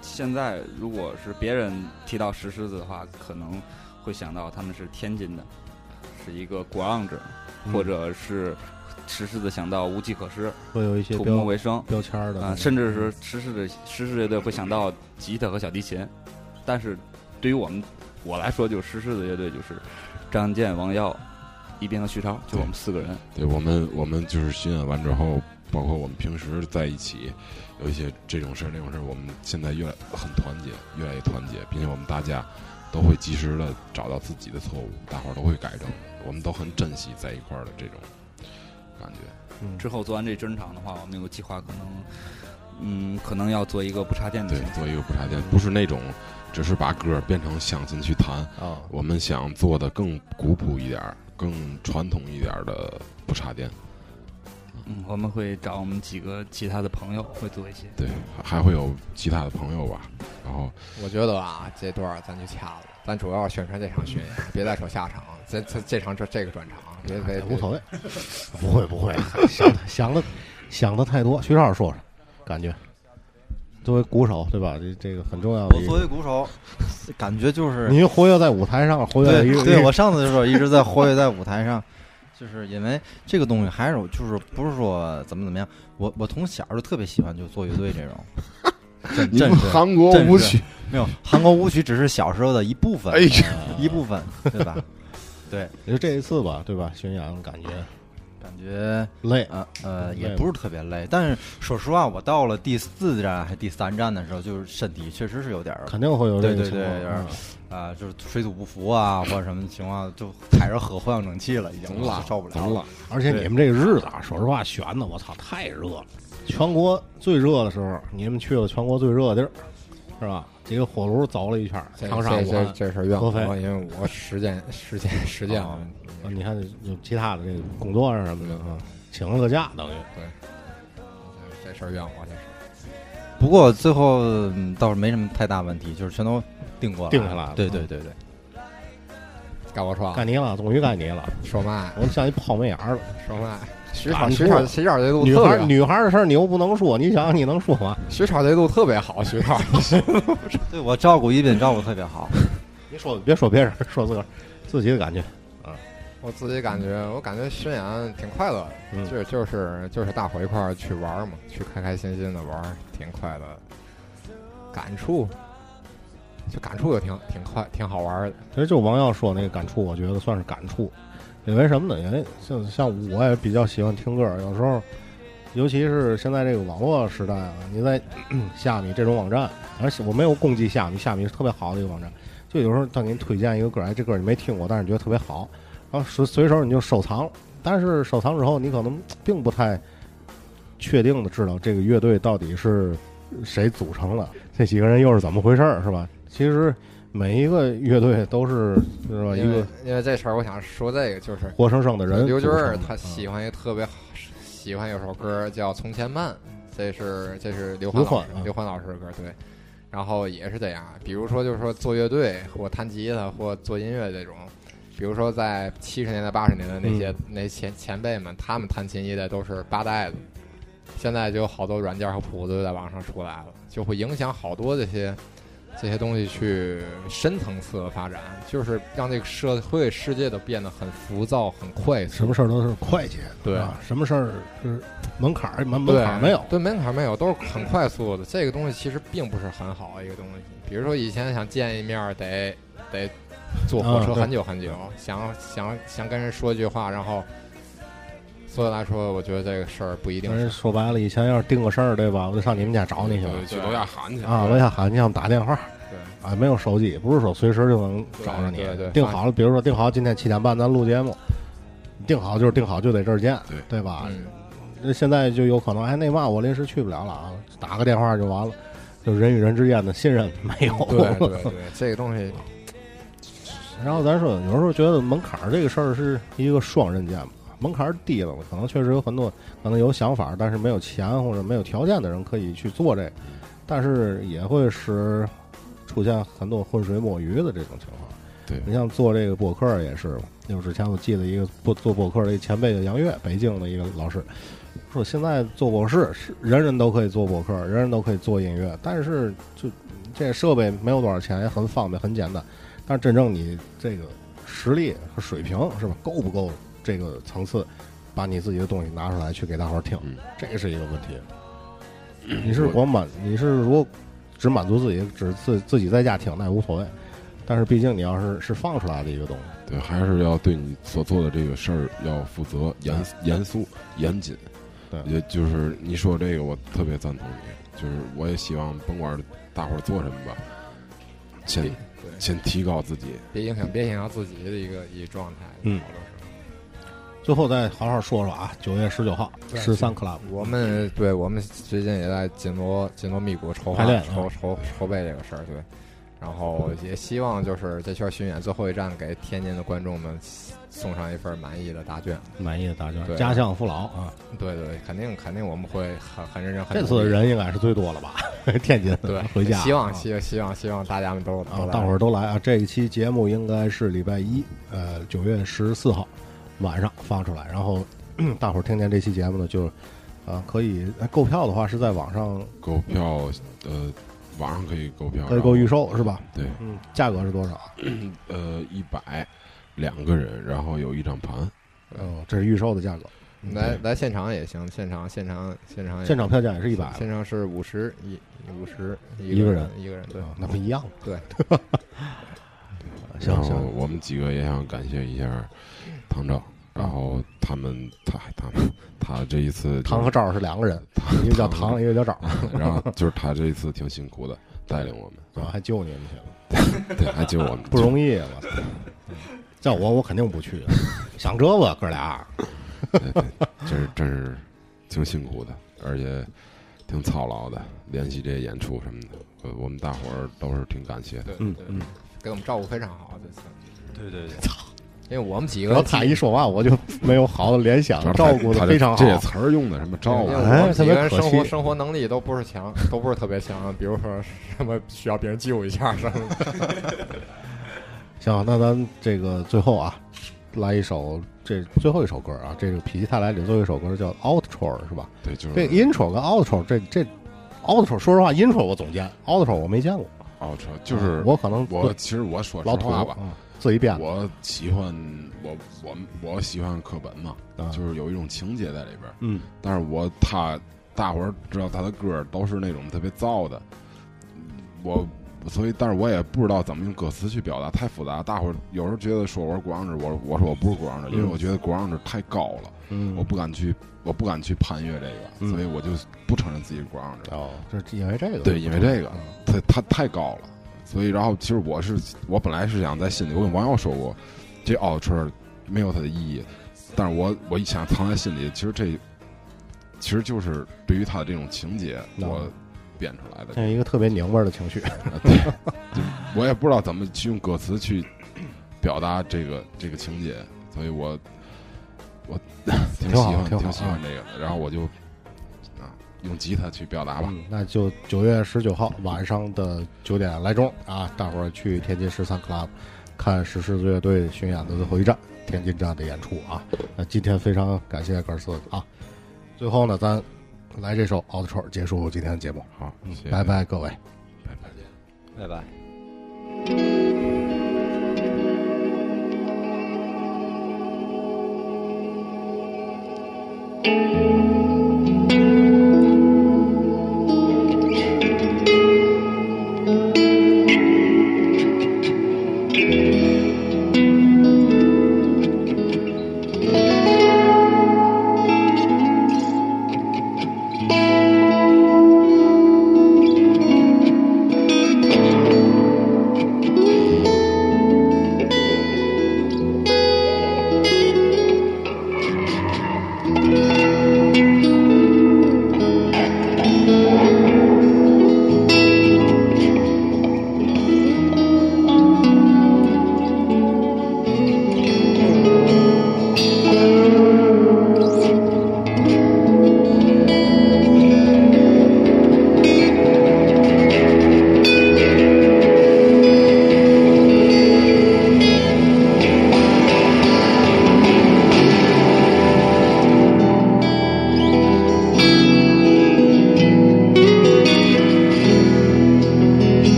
G: 现在如果是别人提到石狮子的话，可能会想到他们是天津的，是一个鼓浪者，或者是石狮子想到无计可施，
E: 会有一些
G: 土
E: 标
G: 木为生
E: 标签
F: 嗯
E: 儿的
G: 啊、甚至是石狮子石狮子乐队会想到吉他和小提琴，但是对于我们我来说，就是石狮子乐队就是张健、王耀、一斌和徐超，就我们四个人。
F: 对我们，我们就是巡演完之后包括我们平时在一起有一些这种事儿那种事儿，我们现在越来很团结，越来越团结，并且我们大家都会及时的找到自己的错误，大伙儿都会改正，我们都很珍惜在一块儿的这种感觉。
G: 之后做完这真厂的话，我们有计划可能，嗯，可能要做一个不插电的
F: 对
G: 形，式。
F: 做一个不插电，不是那种只是把歌儿变成相亲去弹，
E: 啊，
F: 我们想做的更古朴一点儿、更传统一点儿的不插电。
G: 嗯，我们会找我们几个其他的朋友会做一些。
F: 对，还还会有其他的朋友吧。然后
H: 我觉得啊，这段儿咱就掐了，咱主要宣传这场巡演，别再说下场，这这这场这这个专场，别别
E: 也哎无所谓，不会不会，想的想的想的太多。徐少说说，感觉作为鼓手对吧？这这个很重要的
I: 我
E: 一
I: 作为
E: 个，
I: 鼓手，感觉就是
E: 您活跃在舞台上，活跃在一
I: 对
E: 个
I: 对，我上次就说一直在活跃在舞台上，就是因为这个东西还是我就是不是说怎么怎么样，我我从小就特别喜欢就做乐队这种。真
F: 你
I: 真
F: 们
I: 是
F: 韩国
I: 真是
F: 舞曲，
I: 没有韩国舞曲只是小时候的一部分， 呃
F: 哎呀，
I: 一部分对吧？
E: 也就这一次吧，对吧？巡演感觉
I: 感觉
E: 累，啊
I: 呃呃也
E: 累
I: 不是特别累，但是说实话，我到了第四站还第三站的时候，就是身体确实是有点儿
E: 肯定会有这个
I: 对对
E: 情况。
I: 对有点
E: 嗯
I: 啊、就是水土不服啊或者什么情况，就开始喝藿香正气了，已经我受不了了。
E: 而且
I: 对
E: 你们这个日子啊，说实话，悬的我操，太热了。全国最热的时候，你们去了全国最热的地儿，是吧？这个火炉走了一圈儿，
H: 这
E: 长沙、
H: 这
E: 武
H: 这
E: 汉，
H: 这事儿怨
E: 合肥
H: 我，因为我实践实践实践了。
E: 啊你看有其他的这个工作上什么的啊，请了个假等于。
H: 这事儿怨我，这事儿
I: 不过最后嗯倒是没什么太大问题，就是全都定过来，
E: 定下来了嗯
I: 对对对对，
H: 该我说啊
E: 该你了，终于该你了。
H: 说嘛
E: 我们像一抛媚眼儿了。
H: 说嘛， 徐
E: 啊
H: 超
E: 你
H: 徐
E: 说
H: 超徐超这路
E: 女
H: 特
E: 孩儿
H: 别好，
E: 女孩儿的事儿你又不能说，你想想你能说吗？
H: 徐超这路特别好，徐超
I: 对我照顾一斌照顾特别好，
E: 你说别说别人，说自个儿自己的感觉。
H: 我自己感觉，我感觉巡演挺快乐的，
E: 嗯
H: 就就是就是大伙一块儿去玩儿嘛，去开开心心的玩儿，挺快乐的。感触，就感触也挺挺快，挺好玩儿的。
E: 其实就王耀说那个感触，我觉得算是感触，因为什么呢？因为像像我也比较喜欢听歌，有时候，尤其是现在这个网络时代啊，你在 虾米这种网站，而且我没有攻击虾米，虾米是特别好的一个网站，就有时候他给你推荐一个歌，哎，这歌你没听过，但是你觉得特别好，然后随随手你就收藏了，但是收藏之后你可能并不太确定的知道这个乐队到底是谁组成了，这几个人又是怎么回事儿，是吧？其实每一个乐队都是是吧一
H: 呃因为
E: 个
H: 因为这事儿，我想说这个就是
E: 活生生的人啊
H: 刘
E: 组
H: 军
E: 成的。
H: 儿他喜欢一个特别好，喜欢有首歌叫《从前慢》，这是这是刘欢
E: 刘
H: 老
E: 欢
H: 师
E: 啊
H: 刘欢老师的歌，对。然后也是这样，比如说就是说做乐队或弹吉他或做音乐这种，比如说在七十年代八十年代那些、
E: 嗯
H: 那前前辈们，他们弹琴一代都是八代的，现在就有好多软件和谱子就在网上出来了，就会影响好多这些这些东西去深层次的发展，就是让这个社会世界都变得很浮躁、很快速。
E: 什么事儿都是快捷，
H: 对
E: 啊，什么事儿是门槛儿门门
H: 对
E: 槛儿没有，
H: 对，门槛儿没有，都是很快速的。这个东西其实并不是很好的一个东西。比如说以前想见一面儿得得坐火
E: 啊
H: 车
E: 对
H: 很久很久，想想想跟人说一句话，然后所以来说，我觉得这个事儿不一定
E: 跟人
H: 是
E: 说白了，以前要是定个事儿，对吧？我就上你们家找你去了
F: 去楼下喊去
E: 啊，楼下喊你，要么打电话
H: 对
E: 啊，没有手机，不是说随时就能找着你
H: 对对对。
E: 定好了，比如说定好今天七点半咱录节目，定好就是定好，就得这儿见，
F: 对
E: 对吧？
H: 嗯，
E: 那现在就有可能，哎，那嘛我临时去不了了啊，打个电话就完了，就人与人之间的信任没有。
H: 对对对，这个东西
E: 然后咱说，有时候觉得门槛儿这个事儿是一个双刃剑吧。门槛儿低了，可能确实有很多可能有想法，但是没有钱或者没有条件的人可以去做这个，但是也会使出现很多浑水摸鱼的这种情况。
F: 对
E: 你像做这个博客儿也是，就是之前我记得一个做做博客儿的一个前辈叫杨越，北京的一个老师，说现在做博士是人人都可以做博客儿，人人都可以做音乐，但是就这设备没有多少钱，也很方便，很简单。但是真正你这个实力和水平是吧，够不够这个层次，把你自己的东西拿出来去给大伙儿听，
F: 嗯
E: 这个是一个问题。
H: 嗯
E: 你是光满，你是如果只满足自己，只自自己在家听那也无所谓，但是毕竟你要是是放出来的一个东西，
F: 对，还是要对你所做的这个事儿要负责、严严肃、严谨。
E: 对
F: 我觉得就是你说这个，我特别赞同你。就是我也希望，甭管大伙儿做什么吧，先先提高自己。
H: 别影响，别影响自己的一个一状态。
E: 嗯
H: 好多时候，
E: 最后再好好说说啊，九月十九号
H: 对
E: 十三 club，
H: 我们对我们最近也在紧锣紧锣密鼓筹
E: 排
H: 划
E: 练啊
H: 筹筹筹备这个事儿，对。然后也希望就是这圈巡演最后一站，给天津的观众们送上一份满意的答卷。
E: 满意的答卷，
H: 对
E: 家乡父老啊，
H: 对对，肯定肯定我们会很很认真，很
E: 这
H: 努
E: 次
H: 力
E: 人应该是最多了吧？ 天津
H: 对
E: 回家，
H: 希望
E: 啊
H: 希希望希望大家们都都
E: 啊，
H: 来
E: 大伙儿都来啊！这一期节目应该是礼拜一，呃，九月十四号晚上放出来。然后 大伙儿听见这期节目呢，就呃可以、哎购票的话是在网上
F: 购票，呃，网上可以购票，
E: 可以购预售嗯是吧？
F: 对，
E: 嗯，价格是多少？
F: 呃，一百两个人，然后有一张盘，
E: 嗯，这是预售的价格，
H: 来来现场也行，现场现场现场也
E: 现场票价也是一百，
H: 哎
E: 啊
H: 现场是五十一五十
E: 一
H: 一
E: 个
H: 人一个人对哦
E: 啊那不一样。
H: 对，
E: 行
F: 然后
E: 行，嗯
F: 我们几个也想感谢一下唐赵，然后他们他他他这一次就
E: 唐和赵是两个人，一个叫唐，一个叫 赵，
F: 然后就是他这一次挺辛苦的，带领我们
E: 啊， 还救你们去了，
F: 对，还救我们，
E: 不容易，啊我操！嗯叫我我肯定不去，啊想这个哥俩，
F: 对对，这是真是挺辛苦的，而且挺操劳的，联系这些演出什么的，呃我们大伙儿都是挺感谢的。
H: 对
E: 嗯
H: 对
E: 嗯，
H: 给我们照顾非常好这次，
J: 对对对，
H: 因为我们几
E: 然
H: 个
E: 后他一说话，我就没有好的联想
F: 主要，他
E: 照顾
F: 他
E: 的
F: 这
E: 非常好
F: 这。些词儿用的什么照啊
H: 因
F: 顾
H: 为
E: 呀
H: 我
E: 哎
H: 们几个人
E: 特别可
H: 生活
E: 惜
H: 生活能力都不是强，都不是特别强，比如说什么需要别人救一下什么的，
E: 行，那咱这个最后啊，来一首这最后一首歌啊，这个脾气太来里最后一首歌叫 outro 是吧？
F: 对，就是
E: 这个 intro 跟 outro 这这 outro 说实话 intro 我总监 outro 我没见过，啊
F: 哦，这就是
E: 我可能
F: 我
E: 对
F: 其实我说实
E: 老土
F: 话吧，
E: 嗯自己编的
F: 我喜欢我我我喜欢课本嘛，
E: 啊
F: 就是有一种情节在里边儿。
E: 嗯，
F: 但是我他大伙儿知道他的歌儿都是那种特别燥的，嗯我所以但是我也不知道怎么用歌词去表达，太复杂。大伙儿有时候觉得说我是国壤者，我我说我不是国壤者，因为我觉得国壤者太高了，
E: 嗯
F: 我不敢去我不敢去攀越这个，
E: 嗯
F: 所以我就不承认自己是国壤者。
E: 哦，就是因为这个
F: 对，因为这个
E: 嗯，
F: 他他太高了，所以然后其实我是我本来是想在心里，我跟王耀说过，这 outro 没有它的意义，但是我我一想藏在心里，其实这其实就是对于他的这种情节，
E: 嗯
F: 我编出来
E: 这
F: 的，
E: 是一个特别拧巴的情绪，
F: 对，就我也不知道怎么去用歌词去表达这个这个情节，所以我我挺喜
E: 挺好
F: 欢
E: 挺好
F: 喜欢这个的，然后我就啊用吉他去表达吧，
E: 嗯，那就九月十九号晚上的九点来钟啊，大伙儿去天津十三 club 看石狮子乐队巡演的最后一站天津站的演出啊。那今天非常感谢格尔斯啊。最后呢，咱来这首 outro 结束今天的节目，
F: 嗯好，谢谢
E: 拜，拜各位。
F: 拜拜。
J: 拜拜。